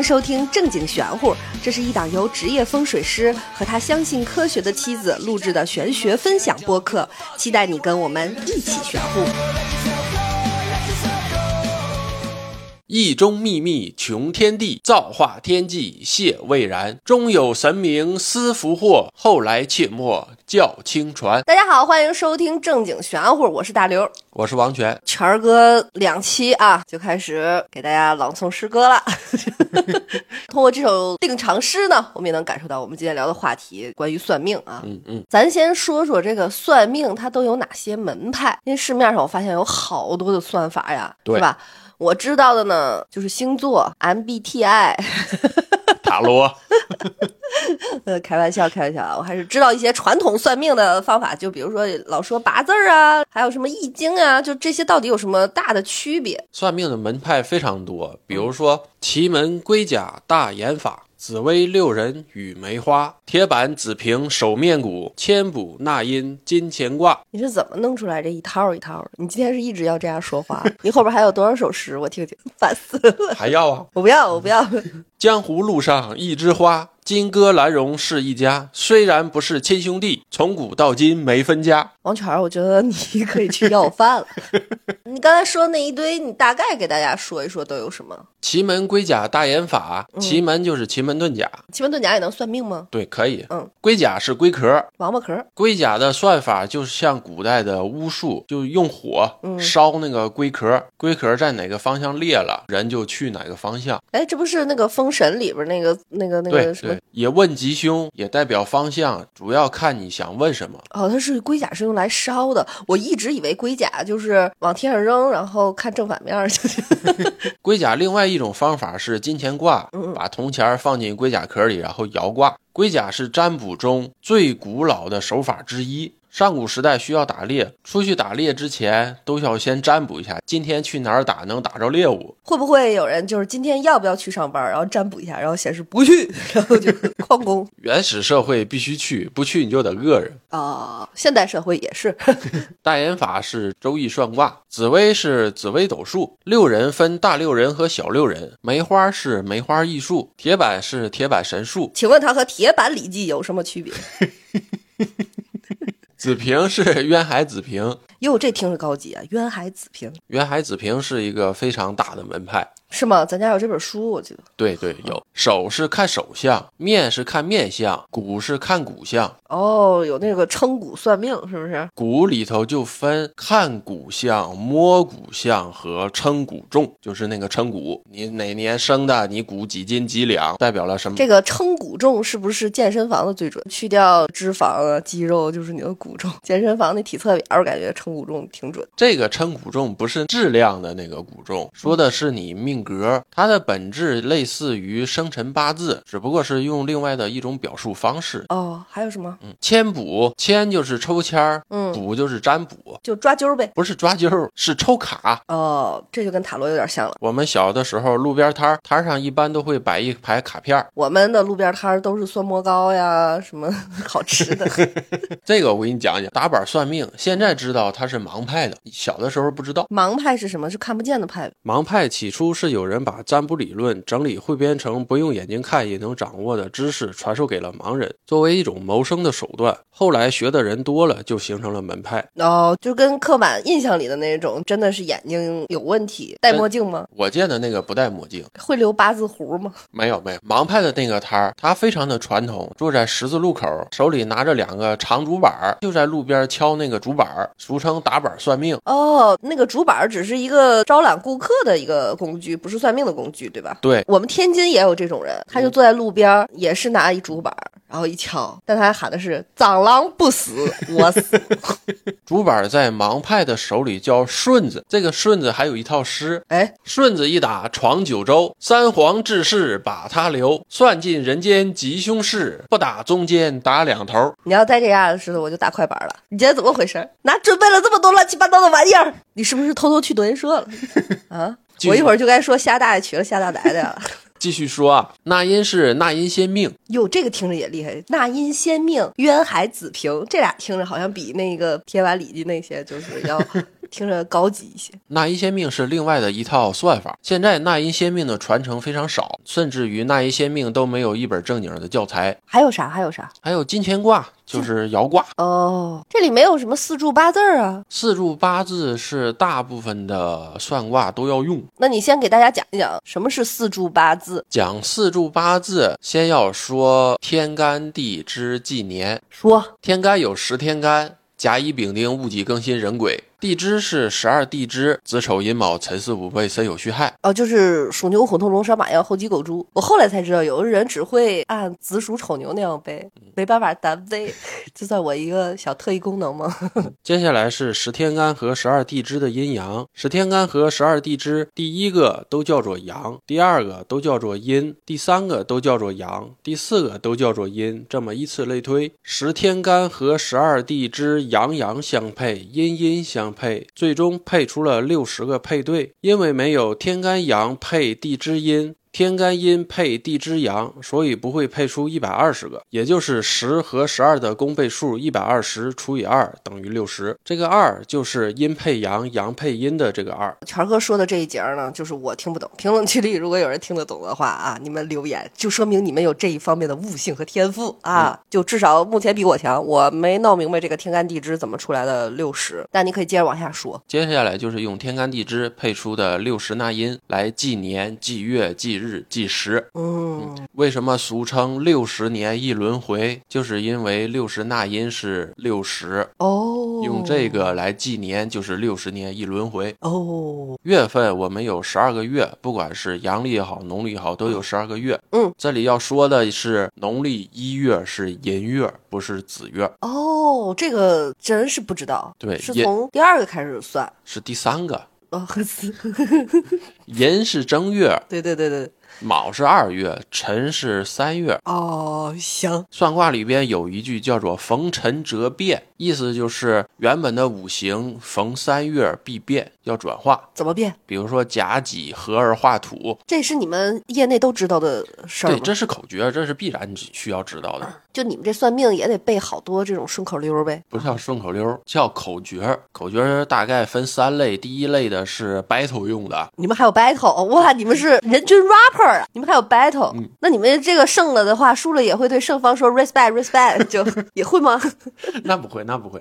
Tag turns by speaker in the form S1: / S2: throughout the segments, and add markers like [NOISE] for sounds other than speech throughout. S1: 收听《正经玄乎》，这是一档由职业风水师和他相信科学的妻子录制的玄学分享播客，期待你跟我们一起玄乎。
S2: 易中秘密穷天地，造化天际谢未然。终有神明思福祸，后来切莫教轻传。
S1: 大家好，欢迎收听《正经玄乎》，我是大刘。
S2: 我是王权，
S1: 权儿哥两期啊，就开始给大家朗诵诗歌了。 [LAUGHS] 通过这首定场诗呢，我们也能感受到我们今天聊的话题关于算命啊。
S2: 嗯嗯，
S1: 咱先说说这个算命，它都有哪些门派？因为市面上我发现有好多的算法呀，
S2: 对
S1: 是吧？我知道的呢，就是星座 MBTI，
S2: 塔罗
S1: 呃， [LAUGHS] 开玩笑，开玩笑啊！我还是知道一些传统算命的方法，就比如说老说八字儿啊，还有什么易经啊，就这些到底有什么大的区别？
S2: [LAUGHS] 算命的门派非常多，比如说奇门龟甲大眼法。紫薇六人与梅花，铁板紫平手面骨，千卜纳音金钱 [LAUGHS] 卦。
S1: 你是怎么弄出来这一套一套的？你今天是一直要这样说话？你后边还有多少首诗？我听听，烦死了！
S2: 还要啊，
S1: 我不要，我不要。
S2: 江湖路上一枝花，金戈兰荣是一家。虽然不是亲兄弟，从古到今没分家。
S1: 王权儿，我觉得你 [LAUGHS] 可以去要饭了。你刚才说那一堆，你大概给大家说一说都有什么？
S2: 奇门龟甲大演法，
S1: 嗯
S2: 奇门就是奇门遁甲，
S1: 奇门遁甲也能算命吗？
S2: 对，可以。
S1: 嗯，
S2: 龟甲是龟壳，
S1: 王八壳儿？
S2: 龟甲的算法就是像古代的巫术，就用火
S1: 嗯
S2: 烧那个龟壳，龟壳在哪个方向裂了，人就去哪个方向。
S1: 哎，这不是那个《封神》里边那个那个那
S2: 对
S1: 个什么
S2: 对？，也问吉凶，也代表方向，主要看你想问什么。
S1: 哦，它是龟甲是用来烧的，我一直以为龟甲就是往天上扔，然后看正反面儿。
S2: 龟甲另外一种方法是金钱卦
S1: 嗯，
S2: 把铜钱儿放进龟甲壳里，然后摇卦。龟甲是占卜中最古老的手法之一。上古时代需要打猎，出去打猎之前都要先占卜一下，今天去哪儿打能打着猎物。
S1: [LAUGHS] 会不会有人就是今天要不要去上班儿，然后占卜一下，然后显示不去， [LAUGHS] 然后就旷工？
S2: 原始社会必须去，不去你就得饿着。
S1: 哦，现代社会也是， [LAUGHS]
S2: 大演法是周易算卦，紫薇是紫微斗数，六人分大六人和小六人，梅花是梅花易数，铁板是铁板神术，
S1: 请问它和铁板礼记有什么区别？
S2: 子平是渊海子平。
S1: 哟，这听着高级啊！渊海子平
S2: 袁海子平是一个非常大的门派。
S1: 是吗？咱家有这本书，我记得。
S2: 对对，有手是看手相，面是看面相，骨是看骨相。
S1: 哦，有那个称骨算命，是不是？
S2: 骨里头就分看骨相、摸骨相和称骨重，就是那个称骨，你哪年生的，你骨几斤几两，代表了什么？
S1: 这个称骨重是不是健身房的最准？去掉脂肪啊、肌肉，就是你的骨重。健身房那体测表，我感觉称骨重挺准。
S2: 这个称骨重不是质量的那个骨重，说的是你命格，它的本质类似于生辰八字，只不过是用另外的一种表述方式。
S1: 哦，还有什么？
S2: 嗯，签卜，签就是抽签儿，
S1: 嗯，
S2: 卜就是占卜，
S1: 就抓阄呗。
S2: 不是抓阄儿，是抽卡。
S1: 哦，这就跟塔罗有点像了。
S2: 我们小的时候，路边摊儿摊上一般都会摆一排卡片儿。 [LAUGHS]
S1: 我们的路边摊儿都是酸馍糕呀，什么 [LAUGHS] 好吃的。
S2: 这个我给你讲讲，打板算命，现在知道它是盲派的，小的时候不知道。
S1: 盲派是什么？是看不见的派。
S2: 盲派起初是有人把占卜理论整理汇编成不用眼睛看也能掌握的知识，传授给了盲人，作为一种谋生的手段。后来学的人多了，就形成了门派。
S1: 哦，就跟刻板印象里的那种，真的是眼睛有问题，戴墨镜吗？
S2: 我见的那个不戴墨镜，
S1: 会留八字胡吗？
S2: 没有没有，盲派的那个摊儿，他非常的传统，坐在十字路口，手里拿着两个长竹板儿，就在路边敲那个竹板儿，俗称打板儿算命。
S1: 哦，那个竹板儿只是一个招揽顾客的一个工具，不是算命的工具，对吧？
S2: 对，
S1: 我们天津也有这种人，
S2: 嗯
S1: 他就坐在路边儿，也是拿一竹板儿，然后一敲，但他喊的是“蟑螂不死，我
S2: [LAUGHS]
S1: 死
S2: 竹板儿在盲派的手里叫顺子，这个顺子还有一套诗”。。
S1: 哎，
S2: 顺子一打闯九州，三皇志士把他留，算尽人间吉凶事，不打中间打两头儿。
S1: 你要再这样似的，我就打快板儿了。你今天怎么回事？哪准备了这么多乱七八糟的玩意儿？你是不是偷偷去德云社
S2: [LAUGHS]
S1: 了？啊，
S2: 继续
S1: 我一会儿就该说虾大爷娶了虾大奶奶了。
S2: 继续说啊，那音是那音先命，
S1: 哟，这个听着也厉害，那音先命、渊海子平，这俩听着好像比那个铁板礼记那些就是要听着高级一些。
S2: 纳伊先命是另外的一套算法。现在纳伊先命的传承非常少，甚至于纳伊先命都没有一本正经的教材。
S1: 还有啥？还有啥？
S2: 还有金钱卦，就是爻卦。
S1: 哦，这里没有什么四柱八字儿啊。
S2: 四柱八字是大部分的算卦都要用。
S1: 那你先给大家讲一讲什么是四柱八字。
S2: 讲四柱八字，先要说天干地支纪年。
S1: 说
S2: 天干有十天干，甲乙丙丁戊己庚辛壬癸。地支是十二地支，子丑寅卯辰巳午未申酉戌亥。
S1: 哦，就是属牛、虎、兔、龙、蛇、马、羊、猴、鸡、狗、猪。我后来才知道，有的人只会按子鼠、丑牛那样背，没办法单背， [LAUGHS] 这算我一个小特异功能吗？
S2: 接下来是十天干和十二地支的阴阳。十天干和十二地支，第一个都叫做阳，第二个都叫做阴，第三个都叫做阳，第四个都叫做阴，这么依次类推。十天干和十二地支阳阳相配，阴阴相配，最终配出了六十个配对。因为没有天干阳配地支阴。天干阴配地支阳，所以不会配出一百二十个，也就是十和十二的公倍数一百二十除以二等于六十。这个二就是阴配阳，阳配阴的这个二。
S1: 全哥说的这一节呢，就是我听不懂。评论区里如果有人听得懂的话啊，你们留言就说明你们有这一方面的悟性和天赋
S2: 嗯
S1: 啊，就至少目前比我强。我没闹明白这个天干地支怎么出来的六十，但你可以接着往下说。
S2: 接下来就是用天干地支配出的六十纳音来记年、记月、记日、记时。
S1: 嗯，
S2: 为什么俗称六十年一轮回？就是因为六十纳音是六十，
S1: 哦，
S2: 用这个来记年就是六十年一轮回。
S1: 哦，
S2: 月份我们有十二个月，不管是阳历也好，农历也好，都有十二个月。
S1: 嗯，
S2: 这里要说的是，农历一月是寅月，不是子月，
S1: 哦，这个真是不知道，
S2: 对
S1: 是
S2: 也
S1: 从第二个开始算。
S2: 是第三个。
S1: 哦，呵呵
S2: 寅是正月，
S1: 对对对对，
S2: 卯是二月，辰是三月。
S1: 哦，行，
S2: 算卦里边有一句叫做“逢辰则变”，意思就是原本的五行逢三月必变，要转化。
S1: 怎么变？
S2: 比如说甲己合而化土，
S1: 这是你们业内都知道的事儿
S2: 对，
S1: 吗？啊
S2: 这是口诀，这是必然需要知道的。
S1: 就你们这算命也得背好多这种顺口溜儿呗。
S2: 不叫顺口溜儿，叫口诀儿。口诀儿大概分三类，第一类的是 battle 用的，
S1: 你们还有 battle，哇！你们是人均 rapper 啊！你们还有 battle，、那你们这个胜了的话，输了也会对胜方说 respect respect，就 [LAUGHS] 也会吗？
S2: 那不会，那不会。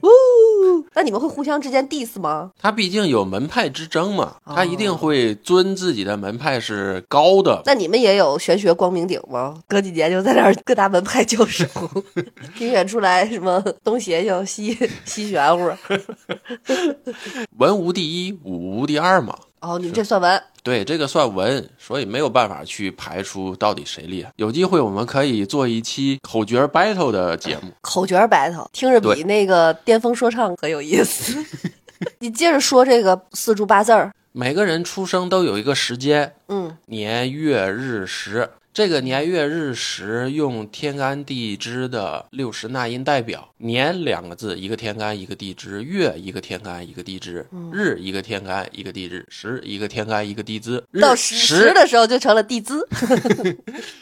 S1: 那你们会互相之间 diss 吗？
S2: 他毕竟有门派之争嘛，他一定会尊自己的门派是高的。
S1: 那你们也有玄学光明顶吗？隔几年就在那儿各大门派交手，挺远出来什么东邪性、西 [LAUGHS] 西玄乎。
S2: 文无第一，武无第二嘛。
S1: 哦，你们这算完，
S2: 对，这个算文，所以没有办法去排除到底谁厉害。有机会我们可以做一期口诀儿 battle 的节目。
S1: 口诀 battle，听着比
S2: 对
S1: 那个巅峰说唱可有意思。 [LAUGHS] 你接着说这个四柱八字儿，
S2: 每个人出生都有一个时间，
S1: 嗯，
S2: 年月日时。这个年月日时用天干地支的六十纳音代表。年两个字，一个天干，一个地支；月一个天干，一个地支；
S1: 嗯
S2: 日一个天干，一个地支；时一个天干，一个地支。日
S1: 到十十的时候就成了地支。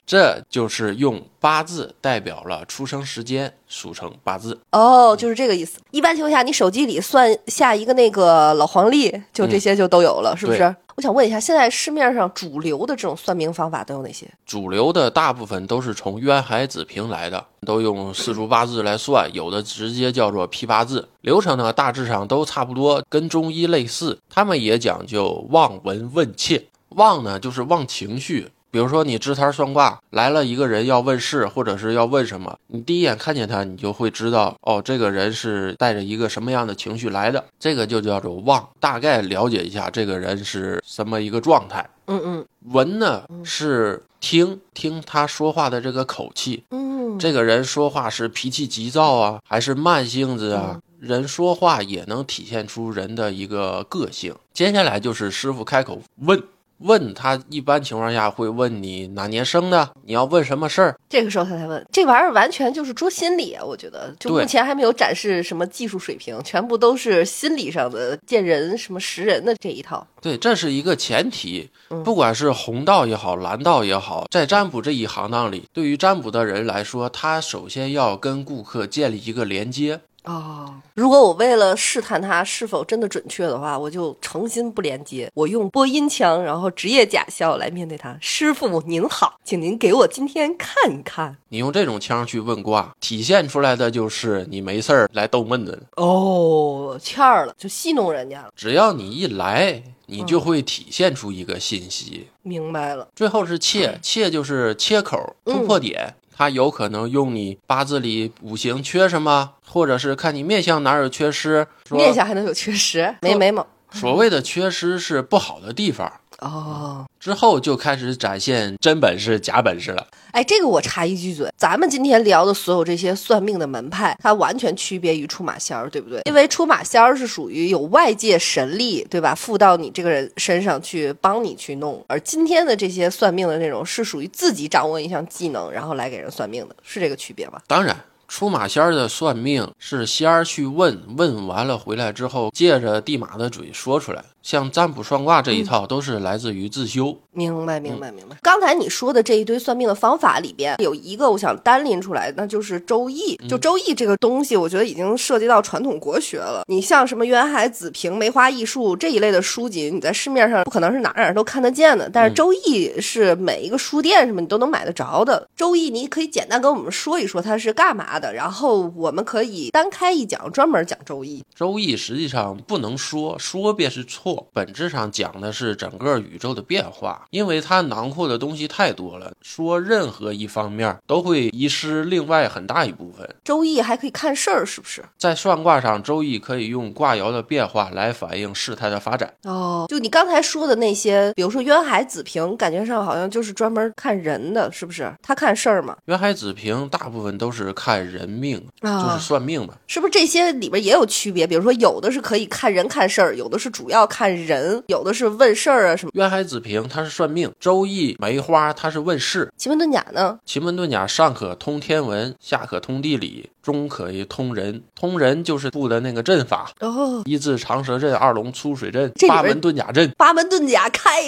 S2: 这就是用八字代表了出生时间，俗称八字。
S1: 哦，就是这个意思。一般情况下，你手机里算下一个那个老黄历，就这些就都有了，是不是
S2: 嗯对？
S1: 我想问一下，现在市面上主流的这种算命方法都有哪些？
S2: 主流的大部分都是从渊海子平来的，都用四柱八字来算，有的直接叫做批八字。流程呢，大致上都差不多，跟中医类似。他们也讲究望闻问切，望呢就是望情绪。比如说你支摊算卦来了一个人要问事，或者是要问什么，你第一眼看见他，你就会知道哦，这个人是带着一个什么样的情绪来的，这个就叫做望，大概了解一下这个人是什么一个状态。
S1: 嗯嗯
S2: 闻呢是听听他说话的这个口气，
S1: 嗯，
S2: 这个人说话是脾气急躁啊，还是慢性子
S1: 嗯
S2: 啊？人说话也能体现出人的一个个性。接下来就是师傅开口问。问他一般情况下会问你哪年生的，你要问什么事儿，
S1: 这个时候他才问，这玩意儿完全就是捉心理啊！我觉得，就
S2: 对
S1: 目前还没有展示什么技术水平，全部都是心理上的见人什么识人的这一套。
S2: 对，这是一个前提。
S1: 嗯
S2: 不管是红道也好，蓝道也好，在占卜这一行当里，对于占卜的人来说，他首先要跟顾客建立一个连接。
S1: 哦，如果我为了试探它是否真的准确的话，我就诚心不连接，我用播音腔，然后职业假笑来面对它。师傅您好，请您给我今天看一看。
S2: 你用这种腔去问卦，体现出来的就是你没事儿来逗闷子。
S1: 哦，欠儿了，就戏弄人家了。
S2: 只要你一来，你就会体现出一个信息。
S1: 明白了，
S2: 最后是切，切就是切口
S1: 嗯
S2: 突破点，它有可能用你八字里五行缺什么，或者是看你面相哪儿有缺失。说
S1: 面相还能有缺失？没眉毛。
S2: 所谓的缺失是不好的地方，
S1: 哦，
S2: 之后就开始展现真本事假本事了。
S1: 哎，这个我插一句嘴，咱们今天聊的所有这些算命的门派，它完全区别于出马仙儿，对不对？因为出马仙儿是属于有外界神力，对吧？附到你这个人身上去帮你去弄，而今天的这些算命的那种是属于自己掌握一项技能，然后来给人算命的，是这个区别吧？
S2: 当然，出马仙儿的算命是仙儿去问，问完了回来之后，借着地马的嘴说出来。像占卜算卦这一套，都是来自于自修。
S1: 明白，明白，明白。刚才你说的这一堆算命的方法里边，有一个我想单拎出来，那就是周易。就周易这个东西，我觉得已经涉及到传统国学了。你像什么袁海、子平、梅花易数这一类的书籍，你在市面上不可能是哪儿哪儿都看得见的，但是周易是每一个书店什么你都能买得着的。周易你可以简单跟我们说一说它是干嘛的，然后我们可以单开一讲，专门讲周易。
S2: 周易实际上不能说，说便是错。本质上讲的是整个宇宙的变化，因为它囊括的东西太多了，说任何一方面都会遗失另外很大一部分。
S1: 周易还可以看事儿，是不是？
S2: 在算卦上，周易可以用卦爻的变化来反映事态的发展。
S1: 哦，就你刚才说的那些，比如说渊海子平，感觉上好像就是专门看人的，是不是？他看事儿嘛，
S2: 袁海子平大部分都是看人命，就
S1: 啊
S2: 是算命嘛。
S1: 是不是这些里边也有区别？比如说，有的是可以看人看事儿，有的是主要看人，有的是问事儿啊什么。
S2: 袁海子平他是算命，周易梅花他是问世。
S1: 奇门遁甲呢？
S2: 奇门遁甲上可通天文，下可通地理，中可以通人。通人就是布的那个阵法，
S1: 哦，
S2: 一字长蛇阵、二龙出水阵
S1: 这、里边
S2: 八门遁甲阵。
S1: 八门遁甲开。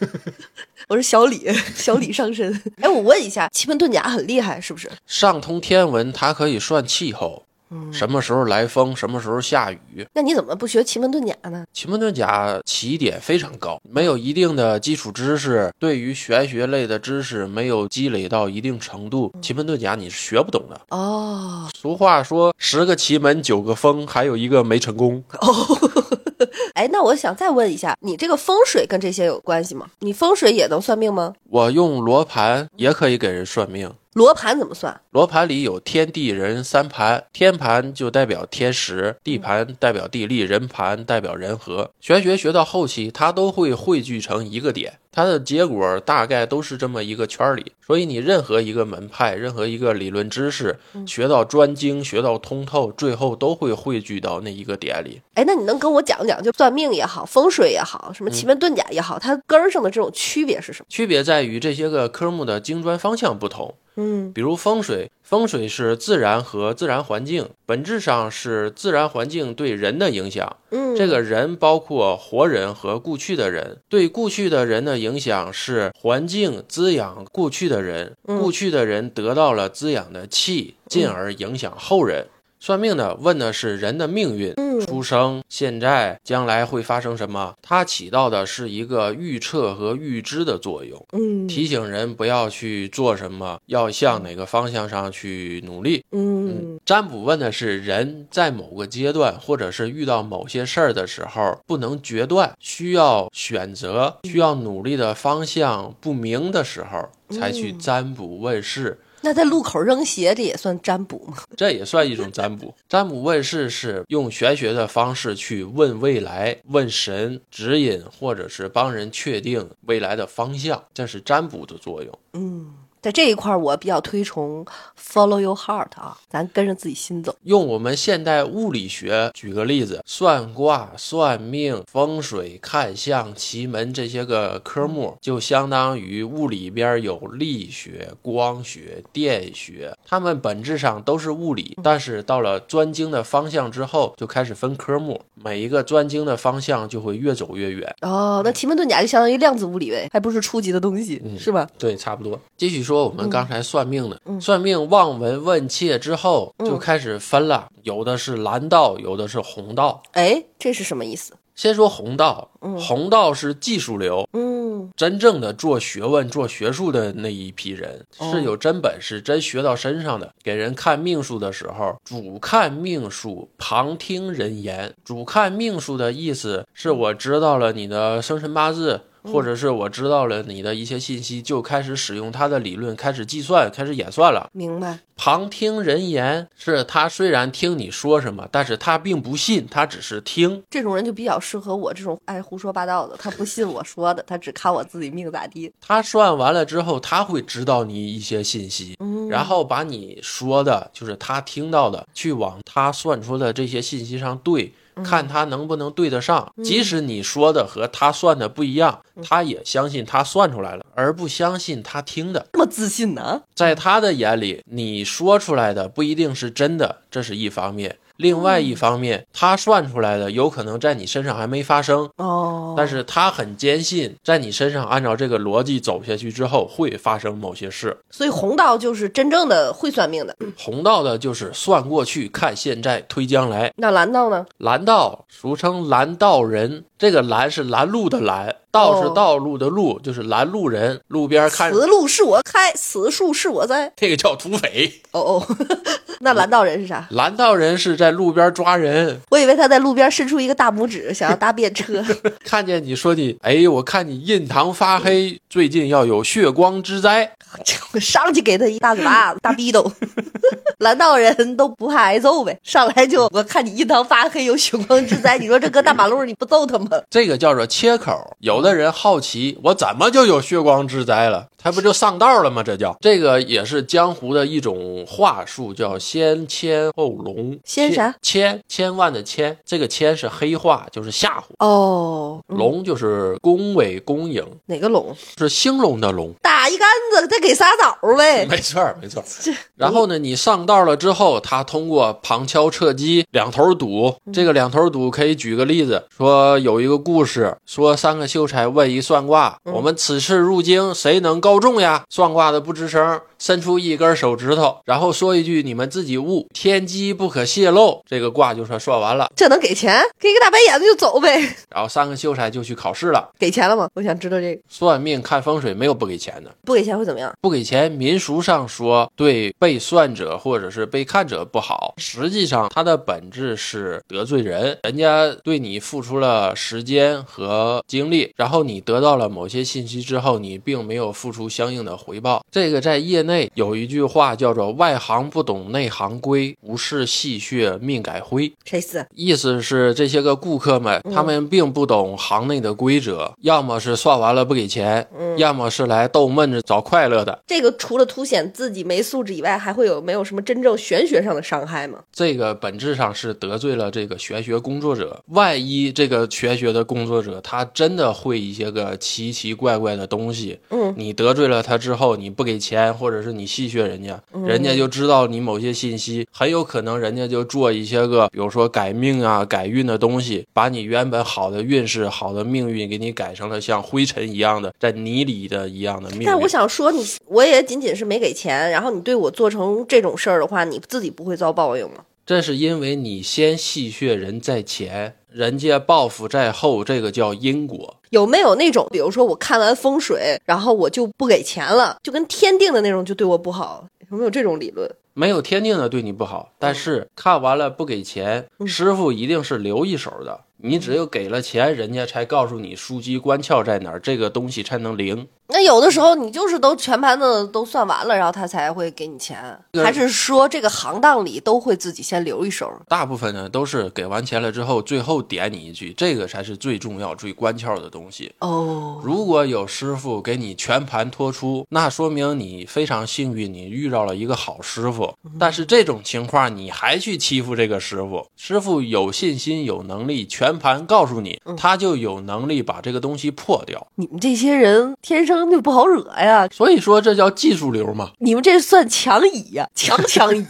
S1: [LAUGHS] 我是小李，小李上身。哎，我问一下，奇门遁甲很厉害是不是？
S2: 上通天文，它可以算气候，
S1: 嗯
S2: 什么时候来风，什么时候下雨。
S1: 那你怎么不学奇门遁甲呢？
S2: 奇门遁甲起点非常高，没有一定的基础知识，对于玄学类的知识没有积累到一定程度，
S1: 嗯
S2: 奇门遁甲你是学不懂的。
S1: 哦，
S2: 俗话说，十个奇门九个风，还有一个没成功。
S1: 哦， [LAUGHS] 哎，那我想再问一下，你这个风水跟这些有关系吗？你风水也能算命吗？
S2: 我用罗盘也可以给人算命，
S1: 罗盘怎么算？
S2: 罗盘里有天地人三盘，天盘就代表天时，地盘代表地利，人盘代表人和。玄学学到后期，它都会汇聚成一个点，它的结果大概都是这么一个圈儿里。所以你任何一个门派，任何一个理论知识，学到专精，学到通透，最后都会汇聚到那一个点里。
S1: 哎，那你能跟我讲讲，就算命也好，风水也好，什么
S2: 嗯
S1: 奇门遁甲也好，它根儿上的这种区别是什么？
S2: 区别在于这些个科目的精专方向不同。
S1: 嗯，
S2: 比如风水，风水是自然和自然环境，本质上是自然环境对人的影响。
S1: 嗯
S2: 这个人包括活人和故去的人，对故去的人的影响是环境滋养故去的人，故去的人得到了滋养的气，进而影响后人。算命的问的是人的命运，出生、现在、将来会发生什么，它起到的是一个预测和预知的作用。
S1: 嗯
S2: 提醒人不要去做什么，要向哪个方向上去努力。
S1: 嗯，
S2: 占卜问的是人在某个阶段，或者是遇到某些事儿的时候，不能决断，需要选择，需要努力的方向不明的时候，才去占卜问世。
S1: 那在路口扔鞋，这也算占卜吗？
S2: 这也算一种占卜。占卜问世是用玄学的方式去问未来、问神指引，或者是帮人确定未来的方向，这是占卜的作用。
S1: 在这一块儿，我比较推崇 follow your heart 啊，咱跟着自己心走。
S2: 用我们现代物理学举个例子，算卦、算命、风水、看相、奇门这些个科目，就相当于物理边有力学、光学、电学，它们本质上都是物理，但是到了专精的方向之后，就开始分科目，每一个专精的方向就会越走越远。嗯
S1: 哦，那奇门遁甲就相当于量子物理呗，还不是初级的东西，是吧？
S2: 对，差不多。继续说我们刚才算命的，算命望闻问切之后就开始分了，有的是蓝道，有的是红道。
S1: 哎，这是什么意思？
S2: 先说红道，红道是技术流，
S1: 嗯，
S2: 真正的做学问、做学术的那一批人
S1: 哦
S2: 是有真本事、真学到身上的。给人看命数的时候，主看命数，旁听人言。主看命数的意思是我知道了你的生辰八字。或者是我知道了你的一些信息，就开始使用他的理论，开始计算，开始演算了。
S1: 明白。
S2: 旁听人言是他虽然听你说什么，但是他并不信，他只是听。
S1: 这种人就比较适合我这种爱胡说八道的，他不信我说的，他只看我自己命咋地。
S2: 他算完了之后，他会指导你一些信息，
S1: 嗯
S2: 然后把你说的，就是他听到的，去往他算出的这些信息上对，看他能不能对得上。即使你说的和他算的不一样，他也相信他算出来了，而不相信他听的。
S1: 这么自信呢？
S2: 在他的眼里，你说出来的不一定是真的，这是一方面。另外一方面，他算出来的有可能在你身上还没发生，
S1: 哦
S2: 但是他很坚信，在你身上按照这个逻辑走下去之后，会发生某些事。
S1: 所以红道就是真正的会算命的，
S2: 红道的就是算过去、看现在、推将来；
S1: 那蓝道呢？
S2: 蓝道俗称蓝道人，这个蓝是拦路的拦，道是道路的路，就是拦路人，路边看
S1: 此路是我开，此树是我栽。
S2: 这个叫土匪。
S1: 哦哦， [LAUGHS] 那蓝道人是啥？
S2: 蓝道人是在路边抓人，
S1: 我以为他在路边伸出一个大拇指，想要搭便车。 [LAUGHS]
S2: 看见你说你，哎，我看你印堂发黑，最近要有血光之灾。
S1: 我上去给他一大嘴巴子，大逼斗。 [LAUGHS] 蓝道人都不怕挨揍呗，上来就我看你印堂发黑，有血光之灾，你说这搁大马路上你不揍他吗？
S2: 这个叫做切口。有的人好奇，我怎么就有血光之灾了？他不就上道了吗？这叫这个也是江湖的一种话术，叫先牵后龙。
S1: 先啥？
S2: 千千万的千，这个千是黑话，就是吓唬。
S1: 哦，
S2: 龙就是恭维恭迎，
S1: 哪个龙？
S2: 是兴隆的龙。
S1: 打一竿子，再给仨枣儿
S2: [LAUGHS]
S1: 呗。
S2: 没错儿，没错儿。然后呢，你上道了之后，他通过旁敲侧击两头堵。这个两头堵可以举个例子，说有一个故事，说三个秀才问一算卦，我们此次入京，谁能高中呀？算卦的不吱声，伸出一根手指头，然后说一句：“你们自己悟，天机不可泄露。”这个卦就算算完了。
S1: 这能给钱？给个大白眼子就走呗？ [LAUGHS]
S2: 然后三个秀才就去考试了。
S1: 给钱了吗？我想知道这个，
S2: 算命看风水没有不给钱的。
S1: 不给钱会怎么样？
S2: 不给钱，民俗上说对被算者或者是被看者不好，实际上它的本质是得罪人。人家对你付出了时间和精力，然后你得到了某些信息之后，你并没有付出相应的回报。这个在业内有一句话叫做“外行不懂内行规，无事戏谑命改灰”。
S1: 啥意思？
S2: 意思是这些个顾客们，他们并不懂行内的规则，要么是算完了不给钱，要么是来逗闷子找快乐的。
S1: 这个除了凸显自己没素质以外，还会有没有什么真正玄学上的伤害吗？
S2: 这个本质上是得罪了这个玄学工作者。万一这个玄学的工作者他真的会一些个奇奇怪怪的东西，
S1: 嗯，
S2: 你得罪了他之后，你不给钱，或者是你戏谑人家，
S1: 嗯
S2: 人家就知道你某些信息，很有可能人家就做一些个，比如说改命啊、改运的东西，把你原本好的运势、好的命运给你改成了像灰尘一样的，在泥里的一样的命运。
S1: 但我想说你，我也仅仅是没给钱，然后你对我做成这种事儿的话，你自己不会遭报应吗？
S2: 这是因为你先戏谑人在前，人家报复在后，这个叫因果。
S1: 有没有那种，比如说我看完风水，然后我就不给钱了，就跟天定的那种就对我不好，有没有这种理论？
S2: 没有天定的对你不好，但是看完了不给钱，师傅一定是留一手的。你只有给了钱，人家才告诉你枢机关窍在哪儿，这个东西才能灵。
S1: 那有的时候你就是都全盘的都算完了，然后他才会给你钱，
S2: 对
S1: 还是说这个行当里都会自己先留一手？
S2: 大部分呢都是给完钱了之后，最后点你一句，这个才是最重要、最关窍的东西。
S1: 哦，
S2: 如果有师傅给你全盘托出，那说明你非常幸运，你遇到了一个好师傅。但是这种情况，你还去欺负这个师傅，师傅有信心、有能力，全全盘告诉你，他就有能力把这个东西破掉。
S1: 你们这些人天生就不好惹呀，
S2: 所以说这叫技术流嘛，
S1: 你们这算强乙呀、强强乙，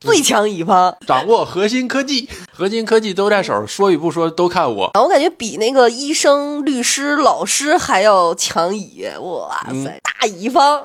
S1: 最强乙方。
S2: 掌握核心科技，核心科技都在手，说与不说都看我。
S1: 啊我感觉比那个医生、律师、老师还要强乙，哇塞，大乙方，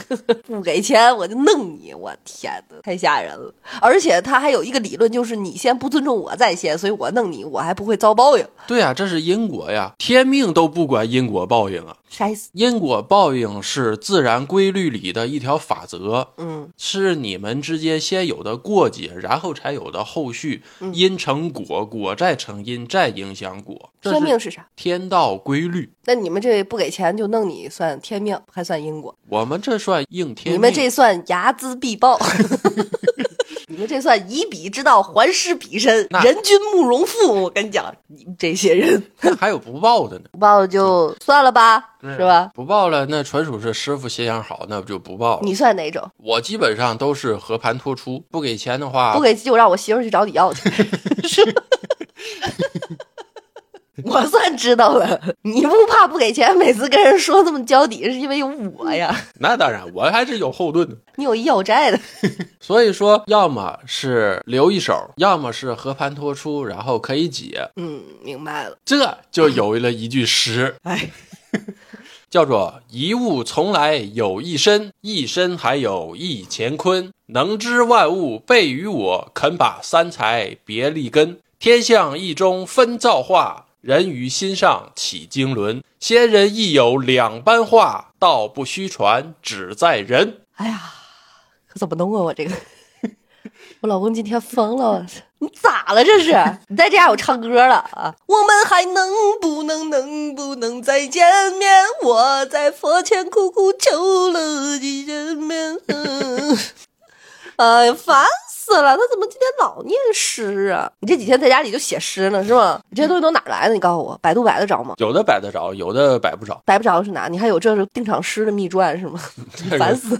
S1: [LAUGHS] 不给钱我就弄你，我天呐，太吓人了！而且他还有一个理论，就是你先不尊重我在先，所以我弄你，我还不会遭报应。
S2: 对啊，这是因果呀，天命都不管因果报应啊。
S1: 该死，
S2: 因果报应是自然规律里的一条法则，
S1: 嗯，
S2: 是你们之间先有的过节，然后才有的后续。
S1: 嗯
S2: 因成果，果再成因，再影响果，这
S1: 天命
S2: 是
S1: 是啥？
S2: 天道规律。
S1: 那你们这不给钱就弄你，算天命还算因果？
S2: 我们这算应天命。
S1: 你们这算睚眦必报。 [LAUGHS] 你们这算以彼之道还施彼身，
S2: 那
S1: 人君慕容复。我跟你讲，你们这些人
S2: 还有不报的呢，
S1: 不报就算了吧，
S2: 嗯
S1: 是吧？
S2: 不报了，那纯属是师傅心眼好，那就不报了。
S1: 你算哪种？
S2: 我基本上都是和盘托出，不给钱的话，
S1: 不给就让我媳妇儿去找你要
S2: [LAUGHS]
S1: 去，是吧？ [LAUGHS] 我算知道了，你不怕不给钱，每次跟人说这么交底，是因为有我呀，
S2: 那当然，我还是有后盾的。
S1: 你有要债的，
S2: 所以说，要么是留一手，要么是和盘托出，然后可以解。
S1: 嗯，明白了，
S2: 这就有了一句诗，
S1: 哎，
S2: [LAUGHS] 叫做“一物从来有一身，一身还有一乾坤。能知万物备于我，肯把三才别立根。天象易中分造化，人于心上起经纶。先人亦有两般话，道不虚传，只在人。”
S1: 哎呀，可怎么弄啊？我这个，我老公今天疯了，我操！你咋了？这是你再这样，我唱歌了啊！我们还能不能能不能再见面？我在佛前苦苦求了你见面。 [LAUGHS] 嗯哎呀，烦死了！他怎么今天老念诗啊？你这几天在家里就写诗呢，是吗？你这些东西都哪儿来的？你告诉我，百度百得着吗？
S2: 有的摆得着，有的摆不着。
S1: 百不着是哪？你还有这是定场诗的秘传是吗？ [LAUGHS]
S2: 个
S1: 烦死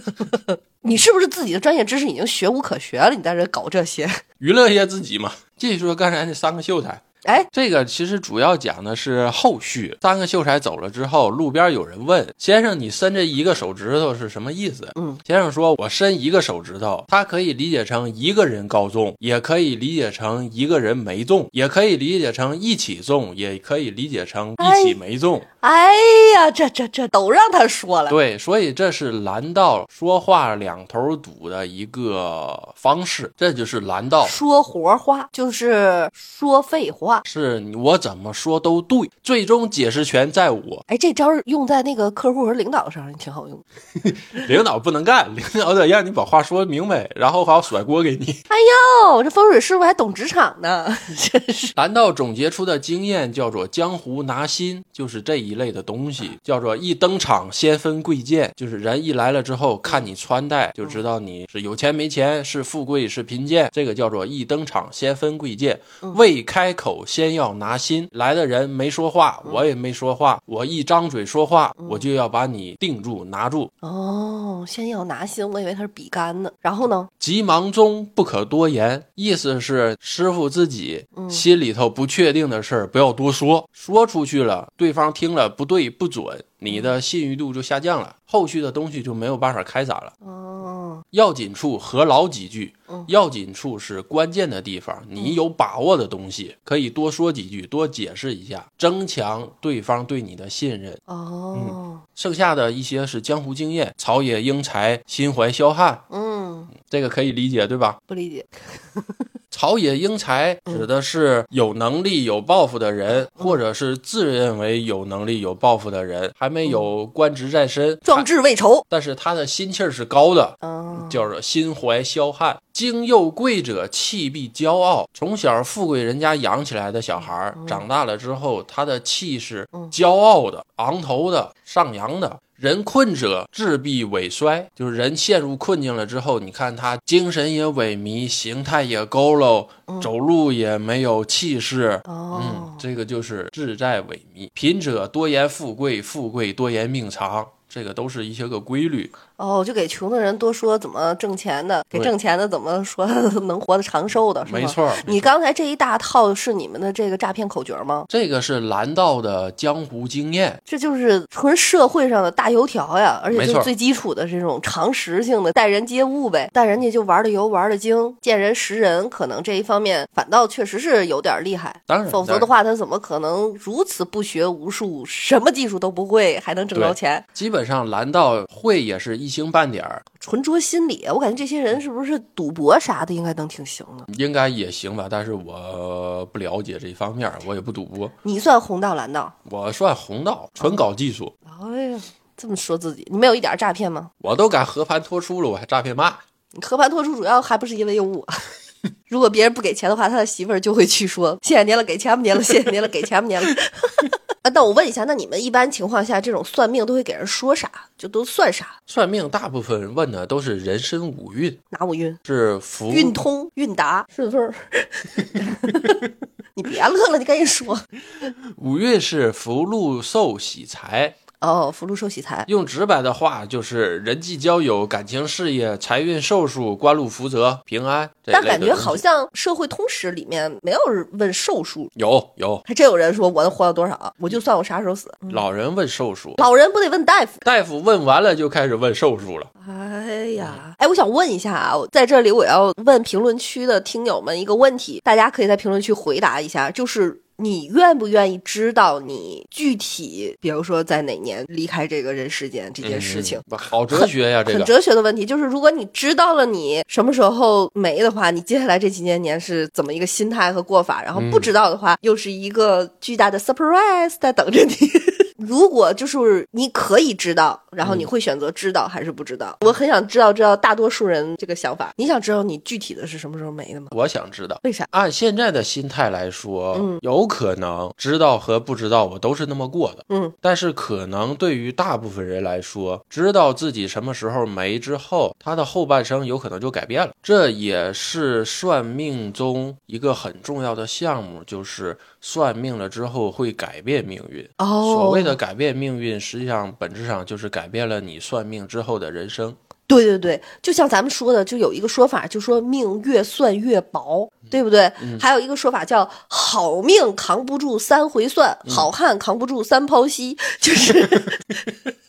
S1: 了！你是不是自己的专业知识已经学无可学了？你在这搞这些？
S2: 娱乐一下自己嘛。继续说刚才那三个秀才，
S1: 哎，
S2: 这个其实主要讲的是后续。三个秀才走了之后，路边有人问先生：“你伸这一个手指头是什么意思？”
S1: 嗯，
S2: 先生说：“我伸一个手指头，它可以理解成一个人高中，也可以理解成一个人没中，也可以理解成一起中，也可以理解成一起没中。
S1: 哎呀，这这这都让他说了。
S2: 对，所以这是蓝道说话两头堵的一个方式，这就是蓝道
S1: 说活话就是说废话。
S2: 是你我怎么说都对，最终解释权在我。
S1: 哎，这招儿用在那个客户和领导上挺好用的。
S2: 领导不能干，领导得让你把话说明白，然后还要甩锅给你。 [LAUGHS]
S1: 哦，这风水师傅还懂职场呢，真是。
S2: 蓝道总结出的经验叫做“江湖拿心”，就是这一类的东西，叫做一登场先分贵贱，就是人一来了之后看你穿戴就知道你是有钱没钱，是富贵是贫贱，这个叫做一登场先分贵贱。未开口先要拿心，来的人没说话，我也没说话，我一张嘴说话，我就要把你定住拿住。
S1: 哦，先要拿心，我以为他是比干呢。然后呢？
S2: 急忙中不可多言，意思是师傅自己心里头不确定的事儿不要多说，说出去了，对方听了不对不准，你的信誉度就下降了，后续的东西就没有办法开展了。
S1: 哦，
S2: 要紧处合牢几句
S1: 嗯，
S2: 要紧处是关键的地方，你有把握的东西可以多说几句，多解释一下，增强对方对你的信任。
S1: 哦，
S2: 剩下的一些是江湖经验，朝野英才，心怀垭汉，
S1: 嗯，
S2: 这个可以理解对吧？
S1: 不理解。
S2: 朝野英才
S1: 嗯
S2: 指的是有能力、有抱负的人，或者是自认为有能力、有抱负的人，还没有官职在身，
S1: 嗯壮志未酬。哦
S2: 但是他的心气儿是高的，
S1: 嗯，
S2: 叫做心怀垭汉。经幼贵者气必骄傲，从小富贵人家养起来的小孩
S1: 嗯
S2: 儿，长大了之后，他的气是骄傲的、昂头的、上扬的。人困者志必萎衰，就是人陷入困境了之后，你看他精神也萎靡，形态也佝偻，走路也没有气势。嗯
S1: 嗯哦，，
S2: 这个就是志在萎靡。贫者多言富贵，富贵多言命长，这个都是一些个规律。
S1: 哦，就给穷的人多说怎么挣钱的，给
S2: 对
S1: 挣钱的怎么说 [LAUGHS] 能活得长寿的，是吗？
S2: 没错儿，
S1: 你刚才这一大套是你们的这个诈骗口诀吗？
S2: 这个是蓝道的江湖经验。
S1: 这就是纯社会上的大油条呀，而且
S2: 没
S1: 就
S2: 错
S1: 是最基础的这种常识性的待人接物呗。但人家就玩的油，玩的精，见人识人，可能这一方面反倒确实是有点厉害。
S2: 嗯当然，
S1: 否则的话，他怎么可能如此不学无术，什么技术都不会，还能挣着
S2: 对
S1: 钱？
S2: 基本上蓝道会也是一星半点儿，
S1: 纯捉心理，啊我感觉这些人是不是赌博啥的应该能挺行的？
S2: 应该也行吧。但是我不了解这一方面儿，我也不赌博，
S1: 你算红道蓝道？
S2: 我算红道，纯搞技术，
S1: 哎呀，这么说自己，你没有一点诈骗吗？
S2: 我都敢和盘托出了，我还诈骗嘛？
S1: 你和盘托出主要还不是因为有我。 [LAUGHS] 如果别人不给钱的话，他的媳妇儿就会去说：“谢谢您了，给钱不您了，谢谢您了，给钱不您了。” [LAUGHS] 啊，那我问一下，那你们一般情况下这种算命都会给人说啥？就都算啥？
S2: 算命大部分问的都是人身五运，
S1: 拿我运？
S2: 是福
S1: 运通、韵达、顺风
S2: [LAUGHS]
S1: 儿。你别乐了，你赶紧说。
S2: 五运是福禄寿喜财，
S1: 哦，福禄寿喜财。
S2: 用直白的话就是人际交友、感情事业、财运寿数、官禄福泽、平安这一
S1: 但
S2: 类的
S1: 感觉
S2: 东西
S1: 好像社会通史里面没有问寿数，
S2: 有有
S1: 还真有人说我能活到多少，我就算我啥时候死。
S2: 老人问寿数，
S1: 老人不得问大夫？
S2: 大夫问完了就开始问寿数了。
S1: 哎呀，哎，我想问一下啊，我在这里我要问评论区的听友们一个问题，大家可以在评论区回答一下，就是你愿不愿意知道你具体，比如说在哪年离开这个人世间这件事情？
S2: 嗯好哲学呀、这
S1: 很
S2: 个
S1: 哲学的问题，就是如果你知道了你什么时候没的话，你接下来这几年年是怎么一个心态和过法？然后不
S2: 嗯
S1: 知道的话，又是一个巨大的 surprise 在等着你。 [LAUGHS] 如果就是你可以知道，然
S2: 嗯
S1: 后你会选择知道还是不知道？我很想知道，知道大多数人这个想法。你想知道你具体的是什么时候没的吗？
S2: 我想知道。
S1: 为啥？嗯
S2: 按现在的心态来说，有可能知道和不知道，我都是那么过的。
S1: 嗯，
S2: 但是可能对于大部分人来说，知道自己什么时候没之后，他的后半生有可能就改变了。这也是算命中一个很重要的项目，就是算命了之后会改变命运。
S1: 哦，
S2: 所谓的改变命运，实际上本质上就是改变了你算命之后的人生。
S1: 对对对，就像咱们说的，就有一个说法，就说命越算越薄，对不对？
S2: 嗯
S1: 还有一个说法叫“好命扛不住三回算，
S2: 嗯
S1: 好汉扛不住三剖析”，就是 [LAUGHS]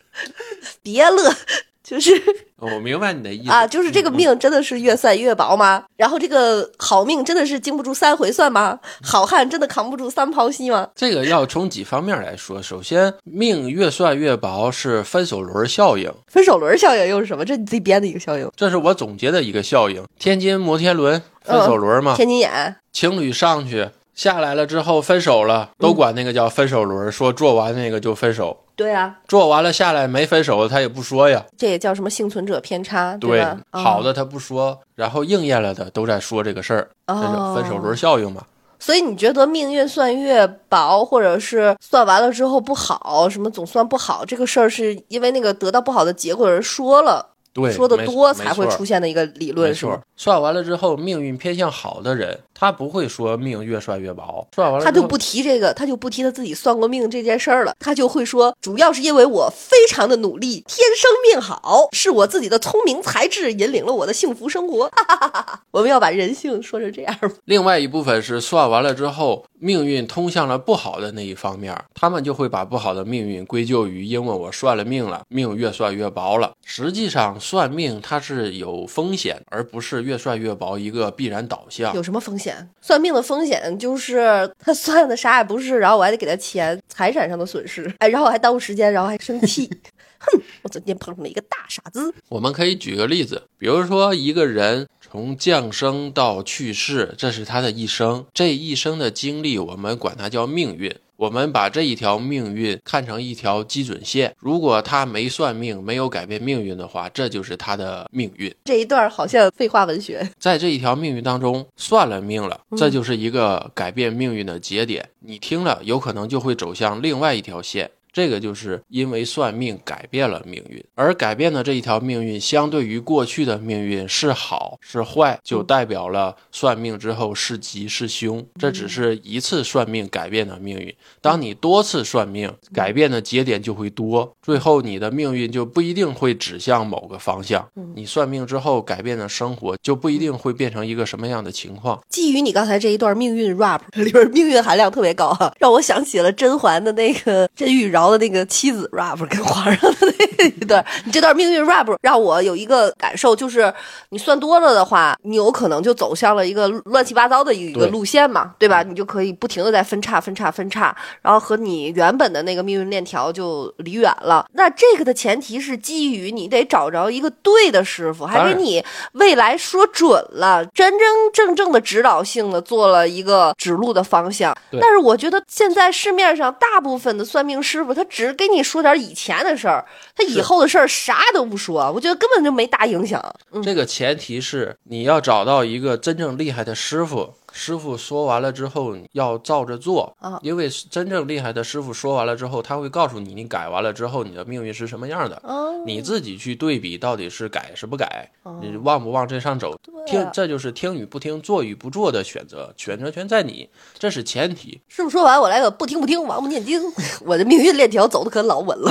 S1: 别乐，就是
S2: 哦我明白你的意思
S1: 啊，就是
S2: 嗯
S1: 这个命真的是越算越薄吗？然后这个好命真的是经不住三回算吗？好汉真的扛不住三剖析吗？
S2: 这个要从几方面来说。首先，命越算越薄是分手轮效应，
S1: 分手轮效应又是什么？这是你自己编的一个效应。
S2: 这是我总结的一个效应。天津摩天轮分手轮嘛，
S1: 天津眼，
S2: 情侣上去下来了之后分手了，都管那个叫分手轮，说做完那个就分手，
S1: 对啊，
S2: 做完了下来没分手他也不说呀。
S1: 这也叫什么幸存者偏差，
S2: 对嗯
S1: 吧？，啊
S2: 好的他不说，然后应验了的都在说这个事儿，这
S1: 哦
S2: 是分手轮效应嘛。
S1: 所以你觉得命越算越薄，或者是算完了之后不好，什么总算不好这个事儿，是因为那个得到不好的结果而说了，
S2: 对，
S1: 说的
S2: 没
S1: 多
S2: 没
S1: 才会
S2: 错
S1: 出现的一个理
S2: 没
S1: 论，是
S2: 错
S1: 吗？，
S2: 算完了之后，命运偏向好的人，他不会说命越算越薄。算完了之
S1: 他
S2: 后
S1: 就不提这个，他就不提他自己算过命这件事儿了，他就会说，主要是因为我非常的努力，天生命好，是我自己的聪明才智引领了我的幸福生活。哈哈哈哈我们要把人性说成这样吗？
S2: 另外一部分是算完了之后，命运通向了不好的那一方面，他们就会把不好的命运归咎于因为我算了命了，命越算越薄了。实际上，算命它是有风险，而不是越算越薄一个必然导向。
S1: 有什么风险？算命的风险就是他算的啥也不是，然后我还得给他钱，财产上的损失， [LAUGHS] 哎，然后我还耽误时间，然后还生气。 [LAUGHS] 哼，我昨天碰上了一个大傻子。
S2: 我们可以举个例子，比如说一个人从降生到去世，这是他的一生，这一生的经历，我们管它叫命运。我们把这一条命运看成一条基准线，如果他没算命，没有改变命运的话，这就是他的命运。
S1: 这一段好像废话文学，
S2: 在这一条命运当中，算了命了，这就是一个改变命运的节点。你听了，有可能就会走向另外一条线。这个就是因为算命改变了命运，而改变的这一条命运，相对于过去的命运是好是坏，就代表了算命之后是吉是凶。这只是一次算命改变的命运，当你多次算命，改变的节点就会多，最后你的命运就不一定会指向某个方向。
S1: 嗯
S2: 你算命之后改变的生活就不一定会变成一个什么样的情况。
S1: 基于你刚才这一段命运 rap 里边命运含量特别高啊，让我想起了甄嬛的那个甄玉娆的那个妻子 rap 跟皇上的那一段。你这段命运 rap 让我有一个感受，就是你算多了的话，你有可能就走向了一个乱七八糟的一个
S2: 对嗯
S1: 路线嘛，对吧？你就可以不停的在分叉、分叉、分叉，然后和你原本的那个命运链条就离远了。那这个的前提是基于你得找着一个对的师傅，还
S2: 当
S1: 给
S2: 然
S1: 你未来说准了，真真正正的指导性的做了一个指路的方向。
S2: 对
S1: 但是我觉得现在市面上大部分的算命师傅，他只给你说点以前的事儿，他以
S2: 是
S1: 后的事儿啥都不说，我觉得根本就没大影响。嗯
S2: 这个前提是你要找到一个真正厉害的师傅，师傅说完了之后你要照着做
S1: 啊
S2: 因为真正厉害的师傅说完了之后，他会告诉你，你改完了之后你的命运是什么样的，
S1: 嗯，
S2: 你自己去对比到底是改是不改，
S1: 哦
S2: 你往不往这上走，
S1: 对
S2: 听
S1: 啊，
S2: 这就是听与不听，做与不做的选择，选择权在你，这是前提。
S1: 师傅说完，我来个不听不听，王八念经，我的命运链条走的可老稳了。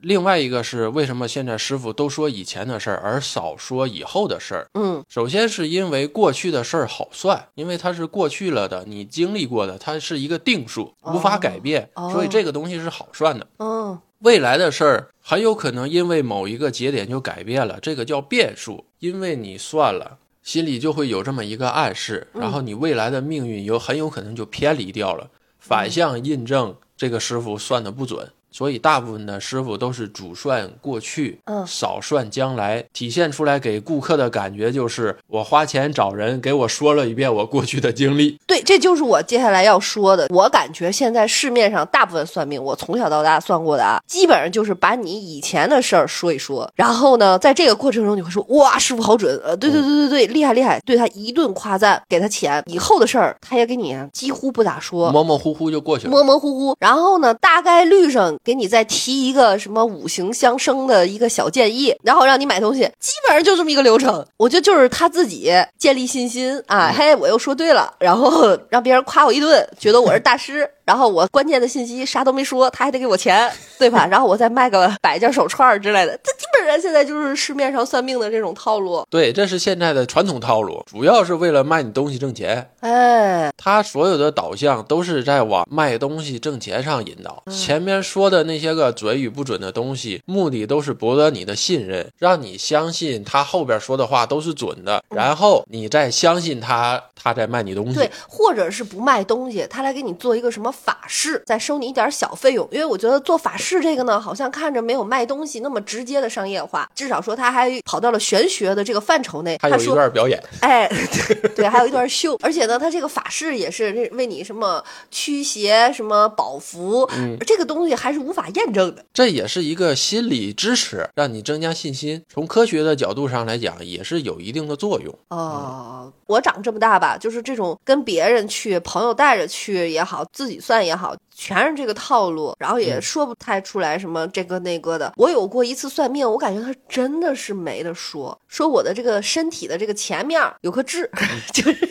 S2: 另外一个是为什么现在师傅都说以前的事儿，而少说以后的事儿？
S1: 嗯，
S2: 首先是因为过去的事儿好算，因为它是过去了的，你经历过的，它是一个定数，无法改变，
S1: 哦
S2: 所以这个东西是好算的。
S1: 嗯，
S2: 未来的事儿很有可能因为某一个节点就改变了，这个叫变数，因为你算了。心里就会有这么一个暗示，然后你未来的命运有很有可能就偏离掉了，反向印证这个师傅算的不准，所以大部分的师傅都是主算过去，
S1: 嗯
S2: 少算将来，体现出来给顾客的感觉就是我花钱找人给我说了一遍我过去的经历，
S1: 对，这就是我接下来要说的。我感觉现在市面上大部分算命，我从小到大算过的啊，基本上就是把你以前的事儿说一说，然后呢，在这个过程中你会说，哇，师傅好准，呃，对对对对对，厉害厉害，对他一顿夸赞，给他钱，以后的事儿他也给你啊几乎不咋说，
S2: 模模糊糊就过去了。
S1: 模模糊糊，然后呢，大概率上给你再提一个什么五行相生的一个小建议，然后让你买东西，基本上就这么一个流程。我觉得就是他自己建立信心啊，嘿，我又说对了，然后让别人夸我一顿，觉得我是大师，然后我关键的信息啥都没说，他还得给我钱，对吧？然后我再卖个摆件手串儿之类的，这基本上现在就是市面上算命的这种套路。
S2: 对，这是现在的传统套路，主要是为了卖你东西挣钱。
S1: 哎，
S2: 他所有的导向都是在往卖东西挣钱上引导。
S1: 嗯
S2: 前面说的那些个准与不准的东西，目的都是博得你的信任，让你相信他后边说的话都是准的，然后你再相信他，他再卖你东西
S1: 嗯对。，或者是不卖东西，他来给你做一个什么法事，再收你一点小费用。因为我觉得做法事这个呢，好像看着没有卖东西那么直接的商业化，至少说他还跑到了玄学的这个范畴内。
S2: 他
S1: 他
S2: 有一
S1: 说，
S2: 段表演，
S1: 哎， [LAUGHS] 对对，还有一段秀，而且呢，他这个法事也是为你什么驱邪、什么保福，
S2: 嗯
S1: 这个东西还是无法验证的。
S2: 这也是一个心理支持，让你增加信心。从科学的角度上来讲，也是有一定的作用。
S1: 哦，我长这么大吧，就是这种跟别人去、朋友带着去也好，自己算也好，全是这个套路，然后也
S2: 嗯
S1: 说不太出来什么这个那个的。我有过一次算命，我感觉他真的是没得说，说我的这个身体的这个前面儿有颗痣， [LAUGHS] 就是。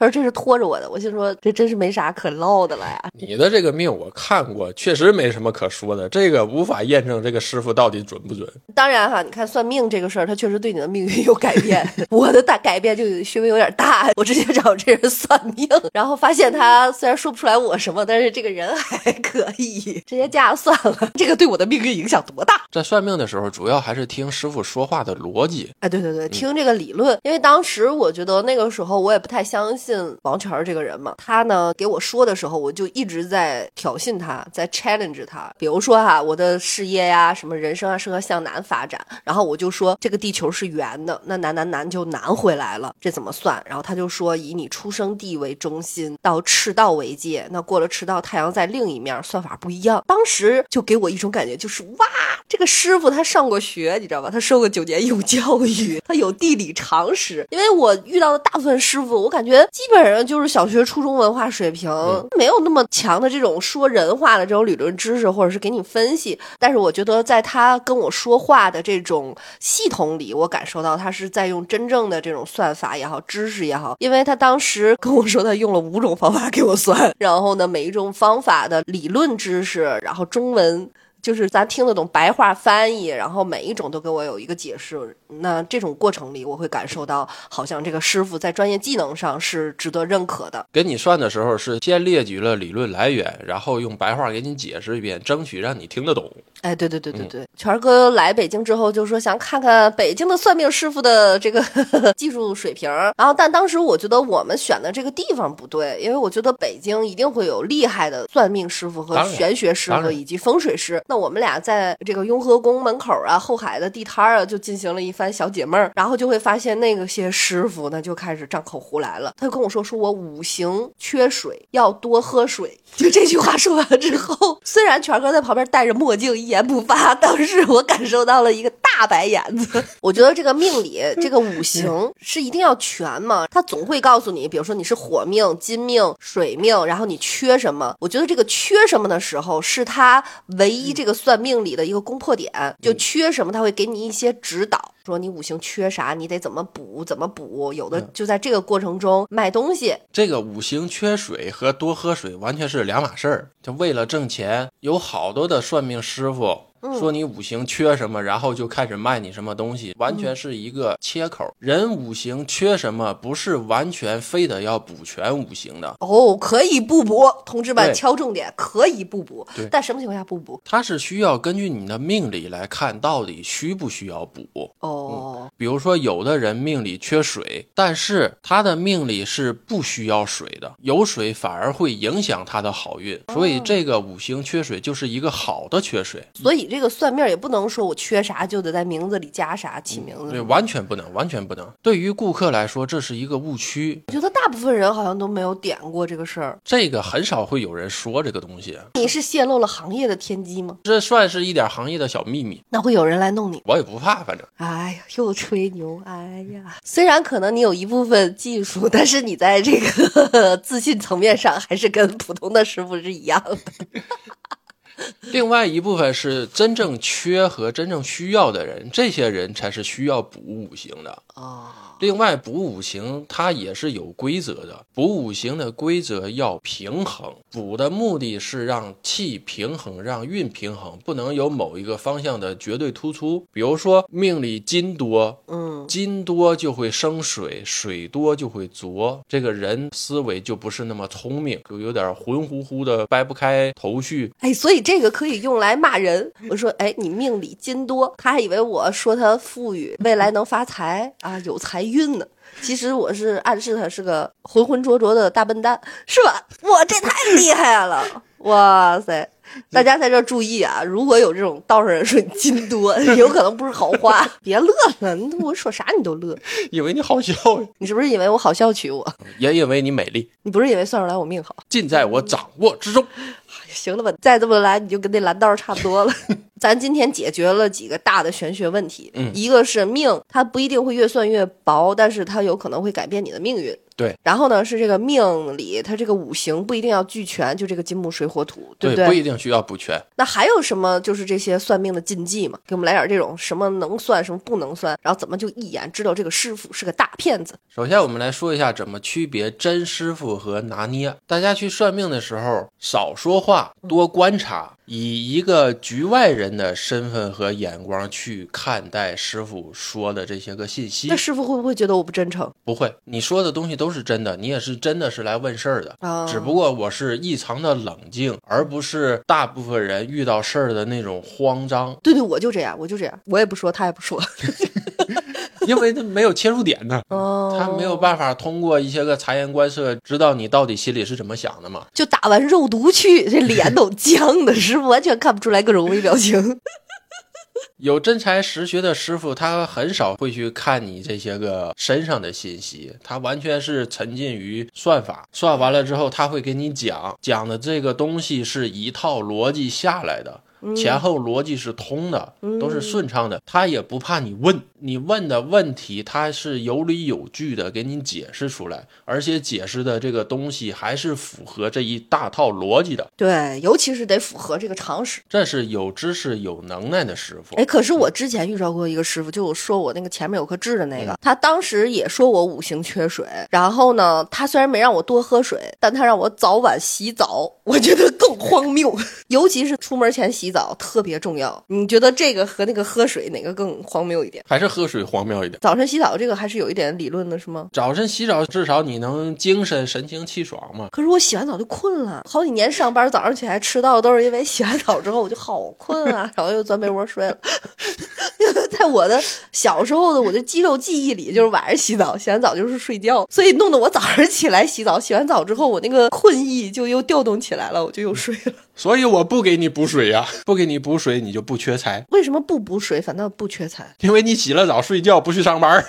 S1: 他说这是拖着我的，我心说这真是没啥可唠的了呀。
S2: 你的这个命我看过，确实没什么可说的，这个无法验证这个师傅到底准不准。
S1: 当然哈，你看算命这个事儿，它确实对你的命运有改变。 [LAUGHS] 我的大改变就稍微有点大，我直接找这人算命，然后发现他虽然说不出来我什么，但是这个人还可以，直接架算了。 [LAUGHS] 这个对我的命运影响多大？
S2: 在算命的时候，主要还是听师傅说话的逻辑。
S1: 哎，对对对，听这个理论，因为当时我觉得那个时候我也不太相信王晨儿这个人嘛，他呢给我说的时候，我就一直在挑衅他，在 challenge 他。比如说哈、我的事业呀、什么人生啊，适合向南发展，然后我就说这个地球是圆的，那南南南就南回来了，这怎么算？然后他就说以你出生地为中心，到赤道为界，那过了赤道，太阳在另。另一面算法不一样。当时就给我一种感觉，就是哇，这个师傅他上过学，你知道吧？他受过九年义务教育，他有地理常识。因为我遇到的大部分师傅，我感觉基本上就是小学、初中文化水平，没有那么强的这种说人话的这种理论知识，或者是给你分析。但是我觉得，在他跟我说话的这种系统里，我感受到他是在用真正的这种算法也好，知识也好，因为他当时跟我说他用了五种方法给我算，然后呢，每一种方法的理论知识，然后中文。就是咱听得懂白话翻译，然后每一种都给我有一个解释。那这种过程里，我会感受到，好像这个师傅在专业技能上是值得认可的。
S2: 给你算的时候是先列举了理论来源，然后用白话给你解释一遍，争取让你听得懂。
S1: 哎，对对对
S2: 嗯
S1: 对对，权儿哥来北京之后就说想看看北京的算命师傅的这个 [LAUGHS] 技术水平儿，然后但当时我觉得我们选的这个地方不对，因为我觉得北京一定会有厉害的算命师傅和
S2: 当然
S1: 玄学师
S2: 当
S1: 傅
S2: 然
S1: 以及风水师。那我们俩在这个雍和宫门口啊、后海的地摊儿啊，就进行了一番小解闷儿，然后就会发现那个些师傅呢就开始张口胡来了，他就跟我说说我五行缺水，要多喝水。 [LAUGHS] 就这句话说完之后，虽然权哥在旁边戴着墨镜一言不发，当时我感受到了一个大白眼子。我觉得这个命
S2: [LAUGHS]
S1: 理这个五
S2: 嗯
S1: 行是一定要全嘛，它总会告诉你，比如说你是火命、金命、水命，然后你缺什么。我觉得这个缺什么的时候，是他唯一
S2: 嗯
S1: 这个算命里的一个攻破点，就缺什么，他会给你一些指导。说你五行缺啥，你得怎么补，怎么补。有
S2: 嗯
S1: 的就在这个过程中卖东西，
S2: 这个五行缺水和多喝水完全是两码事儿。就为了挣钱，有好多的算命师傅说你五行缺什么，然后就开始卖你什么东西，完全是一个切口。人五行缺什么，不是完全非得要补全五行的，
S1: 哦，可以不补，同志们
S2: 对
S1: 敲重点，可以不补
S2: 对，
S1: 但什么情况下不补？
S2: 它是需要根据你的命理来看到底需不需要补。
S1: 哦，
S2: 比如说，有的人命里缺水，但是他的命里是不需要水的，有水反而会影响他的好运。所以，这个五行缺水就是一个好的缺水，
S1: 所以这个算命也不能说我缺啥就得在名字里加啥，起名字。
S2: 对，完全不能，完全不能。对于顾客来说，这是一个误区，
S1: 我觉得大部分人好像都没有点过这个事儿。
S2: 这个很少会有人说这个东西，
S1: 你是泄露了行业的天机吗？
S2: 这算是一点行业的小秘密。
S1: 那会有人来弄你。
S2: 我也不怕，反正
S1: 哎呀，又吹牛！哎呀，虽然可能你有一部分技术，但是你在这个 [LAUGHS] 自信层面上还是跟普通的师傅是一样的。
S2: 另外一部分是真正缺和真正需要的人，这些人才是需要补五行的。
S1: 哦，
S2: 另外，补五行它也是有规则的，补五行的规则要平衡，补的目的是让气平衡，让运平衡，不能有某一个方向的绝对突出。比如说命里金多，
S1: 嗯，
S2: 金多就会生水，水多就会浊，这个人思维就不是那么聪明，就有点浑乎乎的，掰不开头绪。 [LAUGHS]
S1: 哎，所以这个可以用来骂人。我说，哎，你命里金多，他还以为我说他富裕，未来能发财啊，有财运呢。其实我是暗示他是个浑浑浊浊的大笨蛋，是吧？哇，这太厉害了！哇塞，大家在这儿注意啊！如果有这种道上人说你金多， [LAUGHS] 有可能不是好话， [LAUGHS] 别乐了。你我说啥你都乐，
S2: 以为你好笑，
S1: 你是不是以为我好笑娶我？
S2: 也因为你美丽，
S1: 你不是以为算出来我命好？
S2: 尽在我掌握之中。
S1: 行了吧，再这么来你就跟那蓝道差不多
S2: [LAUGHS]
S1: 了。咱今天解决了几个大的玄学问题，
S2: 嗯
S1: 一个是命，它不一定会越算越薄，但是它有可能会改变你的命运。
S2: 对，
S1: 然后呢是这个命里，它这个五行不一定要俱全，就这个金木水火土，不对？
S2: 不一定需要补全。
S1: 那还有什么就是这些算命的禁忌嘛？给我们来点这种什么能算，什么不能算，然后怎么就一眼知道这个师傅是个大骗子？
S2: 首先，我们来说一下怎么区别真师傅和拿捏。大家去算命的时候，少说话，多观察，以一个局外人的身份和眼光去看待师傅说的这些个信息
S1: 那。师傅会不会觉得我不真诚？
S2: 不会，你说的东西都是真的，你也是真的是来问事儿的。
S1: 啊
S2: 只不过我是异常的冷静，而不是大部分人遇到事儿的那种慌张，
S1: 对对，我就这样，我就这样，我也不说，他也不说。
S2: 因为他没有切入点呢。
S1: 哦，
S2: 他没有办法通过一些个察言观色知道你到底心里是怎么想的嘛。
S1: 就打完 [LAUGHS] 肉毒去，这脸都僵的，师傅完全看不出来各种微表情。
S2: 有真才实学的师傅，他很少会去看你这些个身上的信息，他完全是沉浸于算法。算完了之后，他会给你讲，讲的这个东西是一套逻辑下来的。前后逻辑是通的，都是顺畅的，他也不怕你问，你问的问题他是有理有据的给你解释出来，而且解释的这个东西还是符合这一大套逻辑的，
S1: 对，尤其是得符合这个常识。
S2: 这是有知识有能耐的师傅
S1: 哎，。可是我之前遇着过一个师傅，就我说我那个前面有颗痣的那个，他当时也说我五行缺水，然后呢，他虽然没让我多喝水，但他让我早晚洗澡，我觉得更荒谬，尤其是出门前洗澡特别重要。你觉得这个和那个喝水哪个更荒谬一点？
S2: 还是喝水荒谬一点。
S1: 早晨洗澡这个还是有一点理论的，是吗？
S2: 早晨洗澡，至少你能精神神清气爽嘛。
S1: 可是我洗完澡就困了，好几年上班早上起来迟到都是因为洗完澡之后我就好困啊，然后又钻被窝睡了。 [LAUGHS] 在我的小时候的我的肌肉记忆里，就是晚上洗澡，洗完澡就是睡觉，所以弄得我早上起来洗澡，洗完澡之后我那个困意就又调动起来了，我就又睡
S2: [LAUGHS]
S1: 了。
S2: 所以我不给你补水呀、 [LAUGHS] 不给你补水，你就不缺财，
S1: 为什么不补水反倒不缺财？
S2: 因为你洗了澡睡觉不去上班
S1: [LAUGHS]
S2: 儿，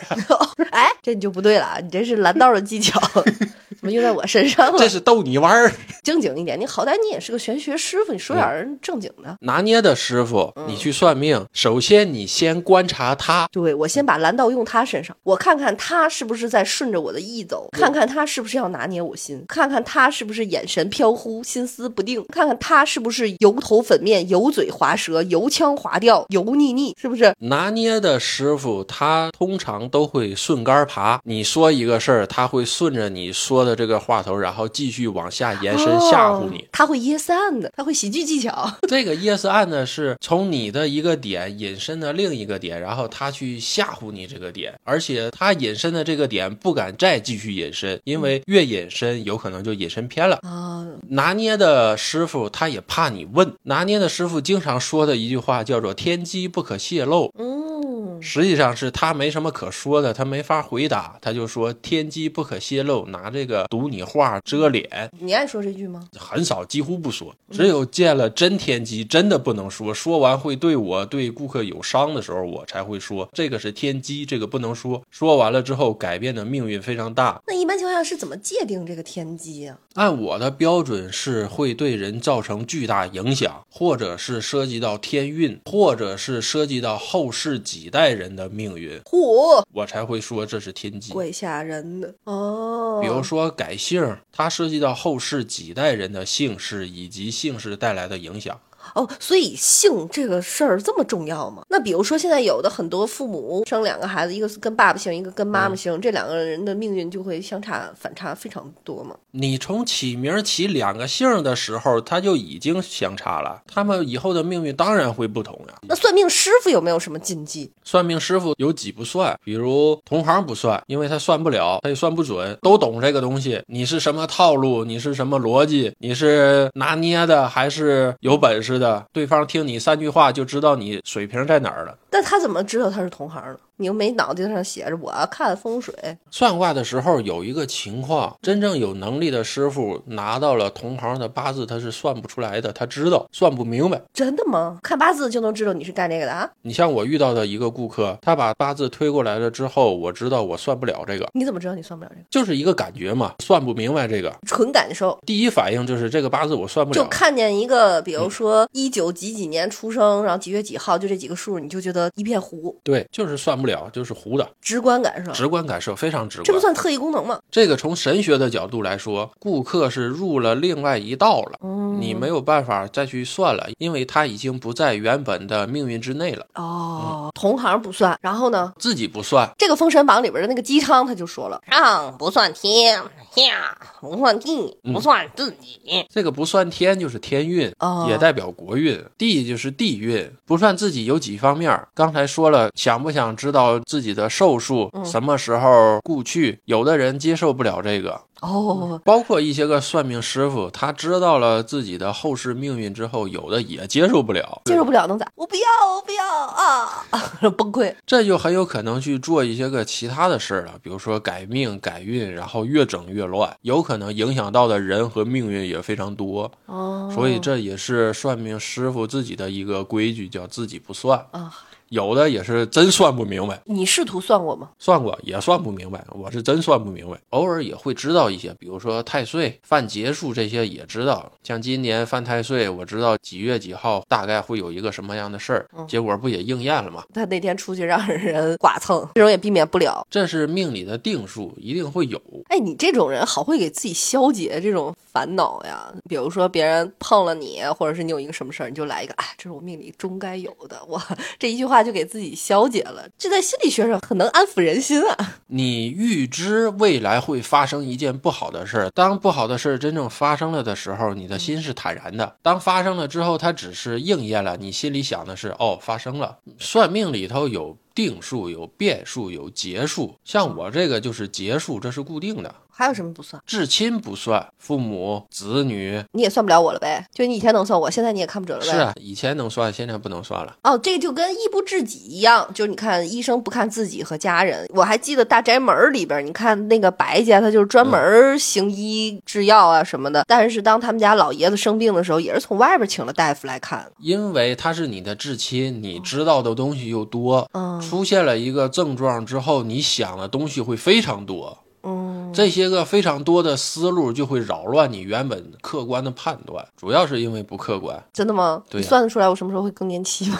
S1: 哎，这你就不对了啊，你这是蓝道的技巧， [LAUGHS] 怎么用在我身上
S2: 这
S1: 了？
S2: 是逗你玩儿。
S1: 正经一点，你好歹你也是个玄学师傅，你说点儿正经的。
S2: 拿捏的师傅，你去算命，首先你先观察他，
S1: 对，我
S2: 嗯
S1: 先把蓝道用他身上，我看看他是不是在顺着我的意走，
S2: 嗯
S1: 看看他是不是要拿捏我心，看看他是不是眼神飘忽、心思不定，看看他是不是油头粉面、油嘴滑舌、油腔滑调、油腻腻，是不是？
S2: 拿捏的师傅，他通常都会顺杆儿爬。你说一个事儿，他会顺着你说的这个话头，然后继续往下延伸吓唬你
S1: 哦。他会噎散的，他会喜剧技
S2: [LAUGHS]
S1: 巧。
S2: 这个 yes and 呢，是从你的一个点引申的另一个点，然后他去吓唬你这个点，而且他引申的这个点不敢再继续引申，因为越引申有可能就引申偏了。
S1: 啊，
S2: 拿捏的师傅他也怕你问，拿捏的师傅经常说的一句话叫做“天机不可泄露”，
S1: 嗯，
S2: 实际上是他没什么可说的，他没法回答，他就说天机不可泄露，拿这个堵你话遮脸，
S1: 你爱说这句吗？
S2: 很少，几乎不说。只有见了真天机，真的不能说，说完会对我对顾客有伤的时候，我才会说这个是天机，这个不能说。说完了之后，改变的命运非常大。
S1: 那一般情况下是怎么界定这个天机啊？
S2: 按我的标准是会对人造成巨大影响，或者是涉及到天运，或者是涉及到后世几代人的命运，
S1: 嚯，
S2: 我才会说这是天机。
S1: 怪吓人的哦。
S2: 比如说改姓，它涉及到后世几代人的姓氏以及姓氏带来的影响。
S1: 哦，所以性这个事儿这么重要吗？那比如说现在有的很多父母生两个孩子，一个是跟爸爸姓，一个跟
S2: 嗯
S1: 妈妈姓，这两个人的命运就会相差反差非常多嘛。
S2: 你从起名起两个姓的时候，它就已经相差了，他们以后的命运当然会不同呀。
S1: 那算命师傅有没有什么禁忌？
S2: 算命师傅有几不算，比如同行不算，因为他算不了，他也算不准，都懂这个东西。你是什么套路，你是什么逻辑，你是拿捏的还是有本事的？对方听你三句话就知道你水平在哪儿了。
S1: 那他怎么知道他是同行呢？你又没脑袋上写着我看风水，
S2: 算卦的时候有一个情况，真正有能力的师傅拿到了同行的八字，他是算不出来的，他知道算不明白。
S1: 真的吗？看八字就能知道你是干这个的啊？
S2: 你像我遇到的一个顾客，他把八字推过来了之后，我知道我算不了这个，
S1: 你怎么知道你算不了这个？
S2: 就是一个感觉嘛，算不明白这个。
S1: 纯感受，
S2: 第一反应就是这个八字我算不
S1: 就
S2: 了，嗯
S1: 看见一个，比如说一九几几年出生，然后几月几号，就这几个数，你就觉得一片糊，
S2: 对，就是算不了，就是糊的，
S1: 直观感受，
S2: 直观感受非常直
S1: 这不
S2: 观。
S1: 算特异功能吗？
S2: 这个从神学的角度来说，顾客是入了另外一道了，
S1: 嗯
S2: 你没有办法再去算了，因为他已经不在原本的命运之内了。
S1: 哦，同行不算。然后呢，
S2: 自己不算，
S1: 这个《封神榜》里边的那个姬昌他就说了：“上不算天，下不算地，不算自己。
S2: 这个不算天就是天运，
S1: 哦
S2: 也代表国运；地就是地运，不算自己有几方面儿。刚才说了，想不想知道自己的寿数，什么时候故去？有的人接受不了这个，
S1: 哦，
S2: 包括一些个算命师傅，他知道了自己的后世命运之后，有的也接受不了，
S1: 接受不了能咋？我不要，我不要啊！ [LAUGHS] 崩溃。
S2: 这就很有可能去做一些个其他的事儿了，比如说改命、改运，然后越整越乱，有可能影响到的人和命运也非常多。
S1: 哦，
S2: 所以这也是算命师傅自己的一个规矩，叫自己不算。
S1: 啊，
S2: 有的也是真算不明白，
S1: 你试图算我吗？
S2: 算过也算不明白，我是真算不明白。偶尔也会知道一些，比如说太岁、犯节数这些也知道。像今年犯太岁，我知道几月几号大概会有一个什么样的事儿，结果不也应验了吗？
S1: 他那天出去让人剐蹭，这种也避免不了。
S2: 这是命里的定数，一定会有。
S1: 哎，你这种人好会给自己消解这种烦恼呀。比如说别人碰了你，或者是你有一个什么事儿，你就来一个，哎，这是我命里终该有的。我 [LAUGHS] 这一句话就给自己消解了，这在心理学上很能安抚人心啊。
S2: 你预知未来会发生一件不好的事儿，当不好的事儿真正发生了的时候，你的心是坦然的。当发生了之后，它只是应验了，你心里想的是哦，发生了。算命里头有定数、有变数、有节数，像我这个就是节数，这是固定的。
S1: 还有什么不算？
S2: 至亲不算，父母、子女
S1: 你也算不了我了呗？就你以前能算我，现在你也看不准了呗？
S2: 是啊，以前能算，现在不能算了。
S1: 哦，这就跟医不治己一样，就是你看医生不看自己和家人。我还记得《大宅门》里边，你看那个白家，他就是专
S2: 嗯
S1: 门行医制药啊什么的。但是当他们家老爷子生病的时候，也是从外边请了大夫来看。
S2: 因为他是你的至亲，你知道的东西又多，
S1: 嗯
S2: 出现了一个症状之后，你想的东西会非常多。
S1: 嗯，
S2: 这些个非常多的思路就会扰乱你原本客观的判断，主要是因为不客观。
S1: 真的吗？
S2: 对呀
S1: 你算得出来我什么时候会更年期吗？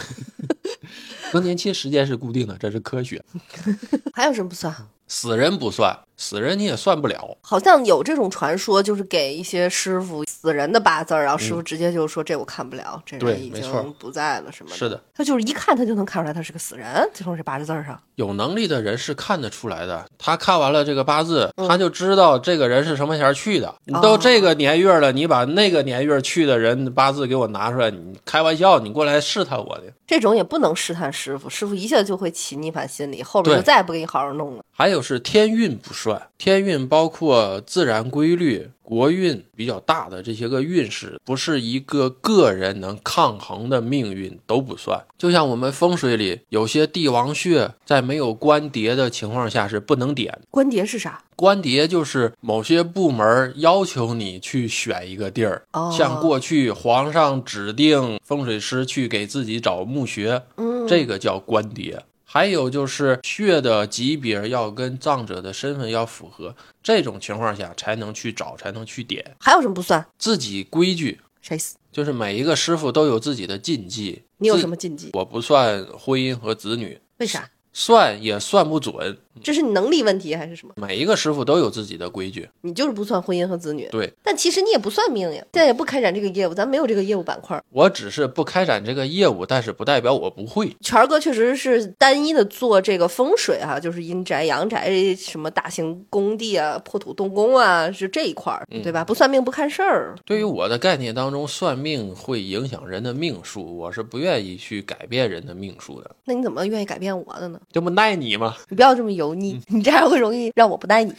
S2: 更年期时间是固定的，这是科学。
S1: [LAUGHS] 还有什么不算？
S2: 死人不算，死人你也算不了。
S1: 好像有这种传说，就是给一些师傅死人的八字儿，然后师傅直接就说：“这我看不了，这
S2: 对
S1: 人已
S2: 没错
S1: 经不在了什么的。”
S2: 是的，
S1: 他就是一看他就能看出来他是个死人，就从这八个字儿上。
S2: 有能力的人是看得出来的。他看完了这个八字，他就知道这个人是什么前儿去的。你都这个年月了，你把那个年月去的人八字给我拿出来，你开玩笑，你过来试探我的。
S1: 这种也不能试探师傅，师傅一下就会起逆反心理，后边就
S2: 对
S1: 再也不给你好好弄了。
S2: 还有是天运不算，天运包括自然规律、国运比较大的这些个运势，不是一个个人能抗衡的命运都不算。就像我们风水里有些帝王穴，在没有关节的情况下是不能点的。
S1: 关节是啥？
S2: 关节就是某些部门要求你去选一个地儿，
S1: 哦
S2: 像过去皇上指定风水师去给自己找墓穴，
S1: 嗯，
S2: 这个叫关叠。还有就是血的级别要跟葬者的身份要符合，这种情况下才能去找，才能去点
S1: 还有什么不算？
S2: 自己规矩。
S1: 谁死？
S2: 就是每一个师傅都有自己的禁忌。
S1: 你有
S2: 自
S1: 什么？禁忌？
S2: 我不算婚姻和子女，
S1: 为啥？
S2: 算也算不准。
S1: 这是你能力问题还是什么？
S2: 每一个师傅都有自己的规矩。
S1: 你就是不算婚姻和子女。
S2: 对
S1: 但其实你也不算命呀，现在也不开展这个业务，咱没有这个业务板块。
S2: 我只是不开展这个业务，但是不代表我不会。
S1: 权儿哥确实是单一的做这个风水哈、就是阴宅、阳宅、什么大型工地啊、破土动工啊，是这一块儿，对吧？不算命不看事儿，
S2: 对于我的概念当中，算命会影响人的命数，我是不愿意去改变人的命数的。
S1: 那你怎么愿意改变我的呢？
S2: 这不赖你吗？
S1: 你不要这么油腻，你这样会容易让我不待你。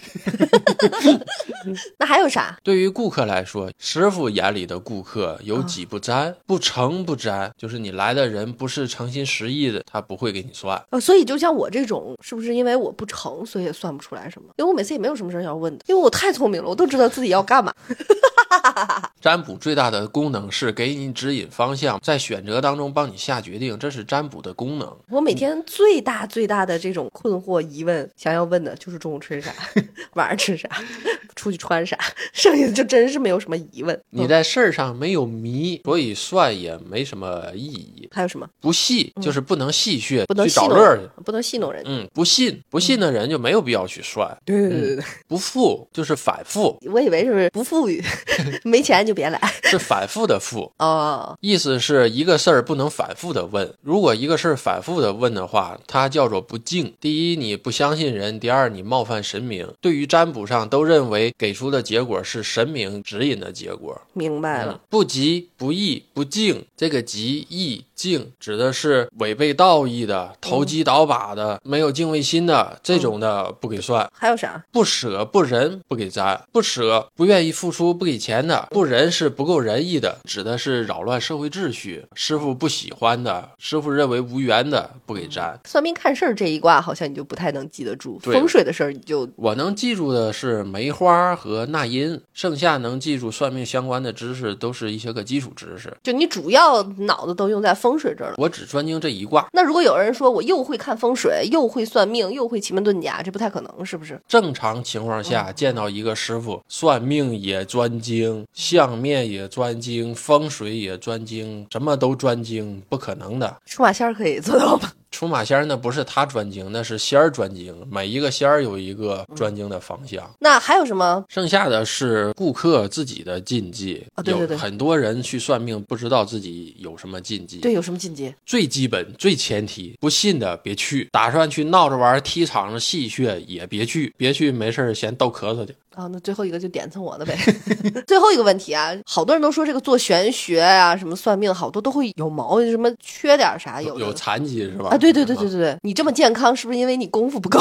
S1: 那还有啥？
S2: 对于顾客来说，师傅眼里的顾客有几不沾，不成不沾，就是你来的人不是诚心实意的，他不会给你算。
S1: 呃，所以就像我这种，是不是因为我不成，所以也算不出来什么？因为我每次也没有什么事儿要问的，因为我太聪明了，我都知道自己要干嘛。
S2: 占卜最大的功能是给你指引方向，在选择当中帮你下决定，这是占卜的功能。
S1: 我每天最大最大的这种困惑、疑问，想要问的就是中午吃
S2: [LAUGHS]
S1: 啥，晚上吃啥，出去穿啥， [LAUGHS] 剩下的就真是没有什么疑问。
S2: 你
S1: 嗯、
S2: 在事儿上没有迷，所以算也没什么意义。
S1: 还有什么
S2: 不戏就是不能戏谑，
S1: 嗯不能
S2: 去
S1: 戏
S2: 找
S1: 弄
S2: 乐儿去
S1: 人。，不能戏弄人？
S2: 嗯，不信不信的人就没有必要去算。
S1: 对对对对对，
S2: 不富就是反复，
S1: 我以为是不富裕， [LAUGHS] 没钱就别来
S2: 是反复的富。
S1: 哦。
S2: 意思是一个事儿不能反复的问，如果一个事儿反复的问的话，它叫做不敬。第一，你不相信人；第二，你冒犯神明。对于占卜上都认为给出的结果是神明指引的结果。
S1: 明白了。
S2: 不急不义不敬，这个急义敬指的是违背道义的、投机倒把的、没有敬畏心的这种的不给算。
S1: 还有啥？
S2: 不舍不仁不给沾，不舍不愿意付出不给钱的，不仁是不够仁义的，指的是扰乱社会秩序，师傅不喜欢的，师傅认为无缘的不给沾。
S1: 算命看事儿这一卦，好像你就不太能记得住。
S2: 对
S1: 风水的事儿，你就
S2: 我能记住的是梅花和纳音，剩下能记住算命相关的知识都是一些个基础知识。
S1: 就你主要脑子都用在风水这儿了。
S2: 我只专精这一卦，
S1: 那如果有人说我又会看风水，又会算命，又会奇门遁甲，这不太可能，是不是？
S2: 正常情况
S1: 嗯
S2: 下，见到一个师傅，算命也专精，相面也专精，风水也专精，什么都专精，不可能的。
S1: 出马仙儿可以做到吗？ [LAUGHS]
S2: 出马仙儿那不是他专精，那是仙儿专精，每一个仙儿有一个专精的方向。
S1: 那还有什么？
S2: 剩下的是顾客自己的禁忌，
S1: 啊对对对
S2: 有很多人去算命，不知道自己有什么禁忌。
S1: 对，有什么禁忌？
S2: 最基本、最前提，不信的别去，打算去闹着玩儿踢场子戏谑也别去，别去没事儿闲逗咳嗽去。
S1: 啊，那最后一个就点蹭我的呗。 [LAUGHS] 最后一个问题啊，好多人都说这个做玄学啊，什么算命，好多都会有毛病，什么缺点啥有的
S2: 有残疾是吧？
S1: 啊，对对对对
S2: 啊，
S1: 对对，你这么健康是不是因为你功夫不够？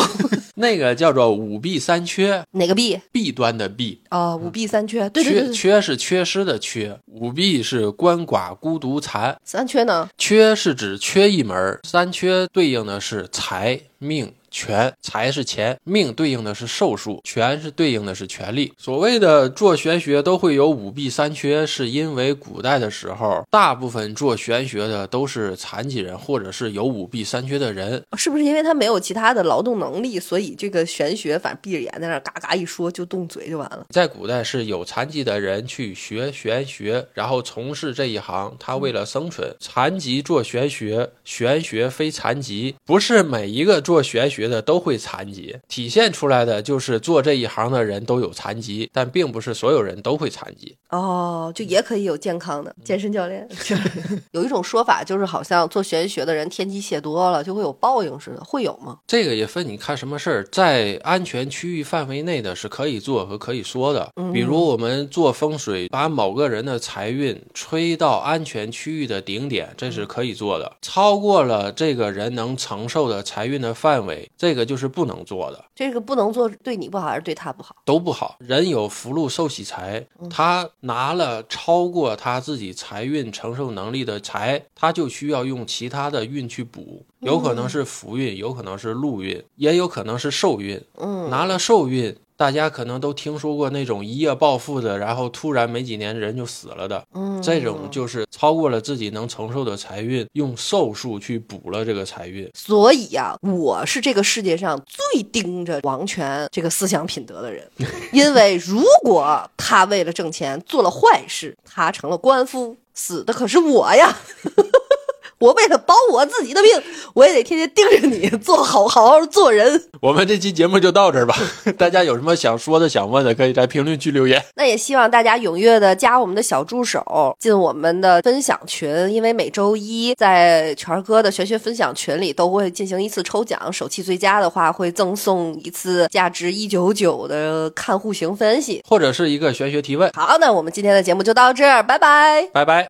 S2: 那个叫做五弊三缺，
S1: 哪个弊？
S2: 弊端的弊，
S1: 啊，五弊三缺，对对对
S2: 缺
S1: 对，
S2: 缺是缺失的缺，五弊是鳏寡孤独残，
S1: 三缺呢？
S2: 缺是指缺一门儿，三缺对应的是财命。权财是钱，命对应的是寿数，权是对应的是权力。所谓的做玄学都会有五弊三缺，是因为古代的时候，大部分做玄学的都是残疾人或者是有五弊三缺的人，
S1: 啊是不是因为他没有其他的劳动能力，所以这个玄学反正闭着眼在那儿嘎嘎一说就动嘴就完了？
S2: 在古代是有残疾的人去学玄学，然后从事这一行。他为了生存，残疾做玄学，玄学非残疾，不是每一个做玄学的都会残疾。体现出来的就是做这一行的人都有残疾，但并不是所有人都会残疾。
S1: 哦，就也可以有健康的健身教 [LAUGHS] 练。嗯有一种说法就是，好像做玄学的人天机泄多了就会有报应似的，会有吗？
S2: 这个也分你看什么事儿，在安全区域范围内的是可以做和可以说的。比如我们做风水，把某个人的财运吹到安全区域的顶点，这是可以做的。超过了这个人能承受的财运的范围，这个就是不能做的。
S1: 这个不能做，对你不好还是对他不好？
S2: 都不好。人有福禄寿喜财，他拿了超过他自己财运承受能力的财，他就需要用其他的运去补，有可能是福运，有可能是禄运，也有可能是寿运。
S1: 嗯，
S2: 拿了寿运。大家可能都听说过那种一夜暴富的，然后突然没几年人就死了的，
S1: 嗯，
S2: 这种就是超过了自己能承受的财运，用寿数去补了这个财运。
S1: 所以啊，我是这个世界上最盯着王权这个思想品德
S2: [LAUGHS]
S1: 的人，因为如果他为了挣钱做了坏事，他成了官夫，死的可是我呀。 [LAUGHS] 我为了保我自己的命，我也得天天盯着你做好，好好做人。
S2: 我们这期节目就到
S1: [LAUGHS]
S2: 这儿吧，大家有什么想说的、想问的，可以在评论区留言。
S1: 那也希望大家踊跃的加我们的小助手，进我们的分享群，因为每周一在全儿哥的玄学分享群里都会进行一次抽奖，手气最佳的话会赠送一次价值一九九的看户型分析。
S2: 或者是一个玄学提问。
S1: 好，那我们今天的节目就到这儿，拜拜。
S2: 拜拜。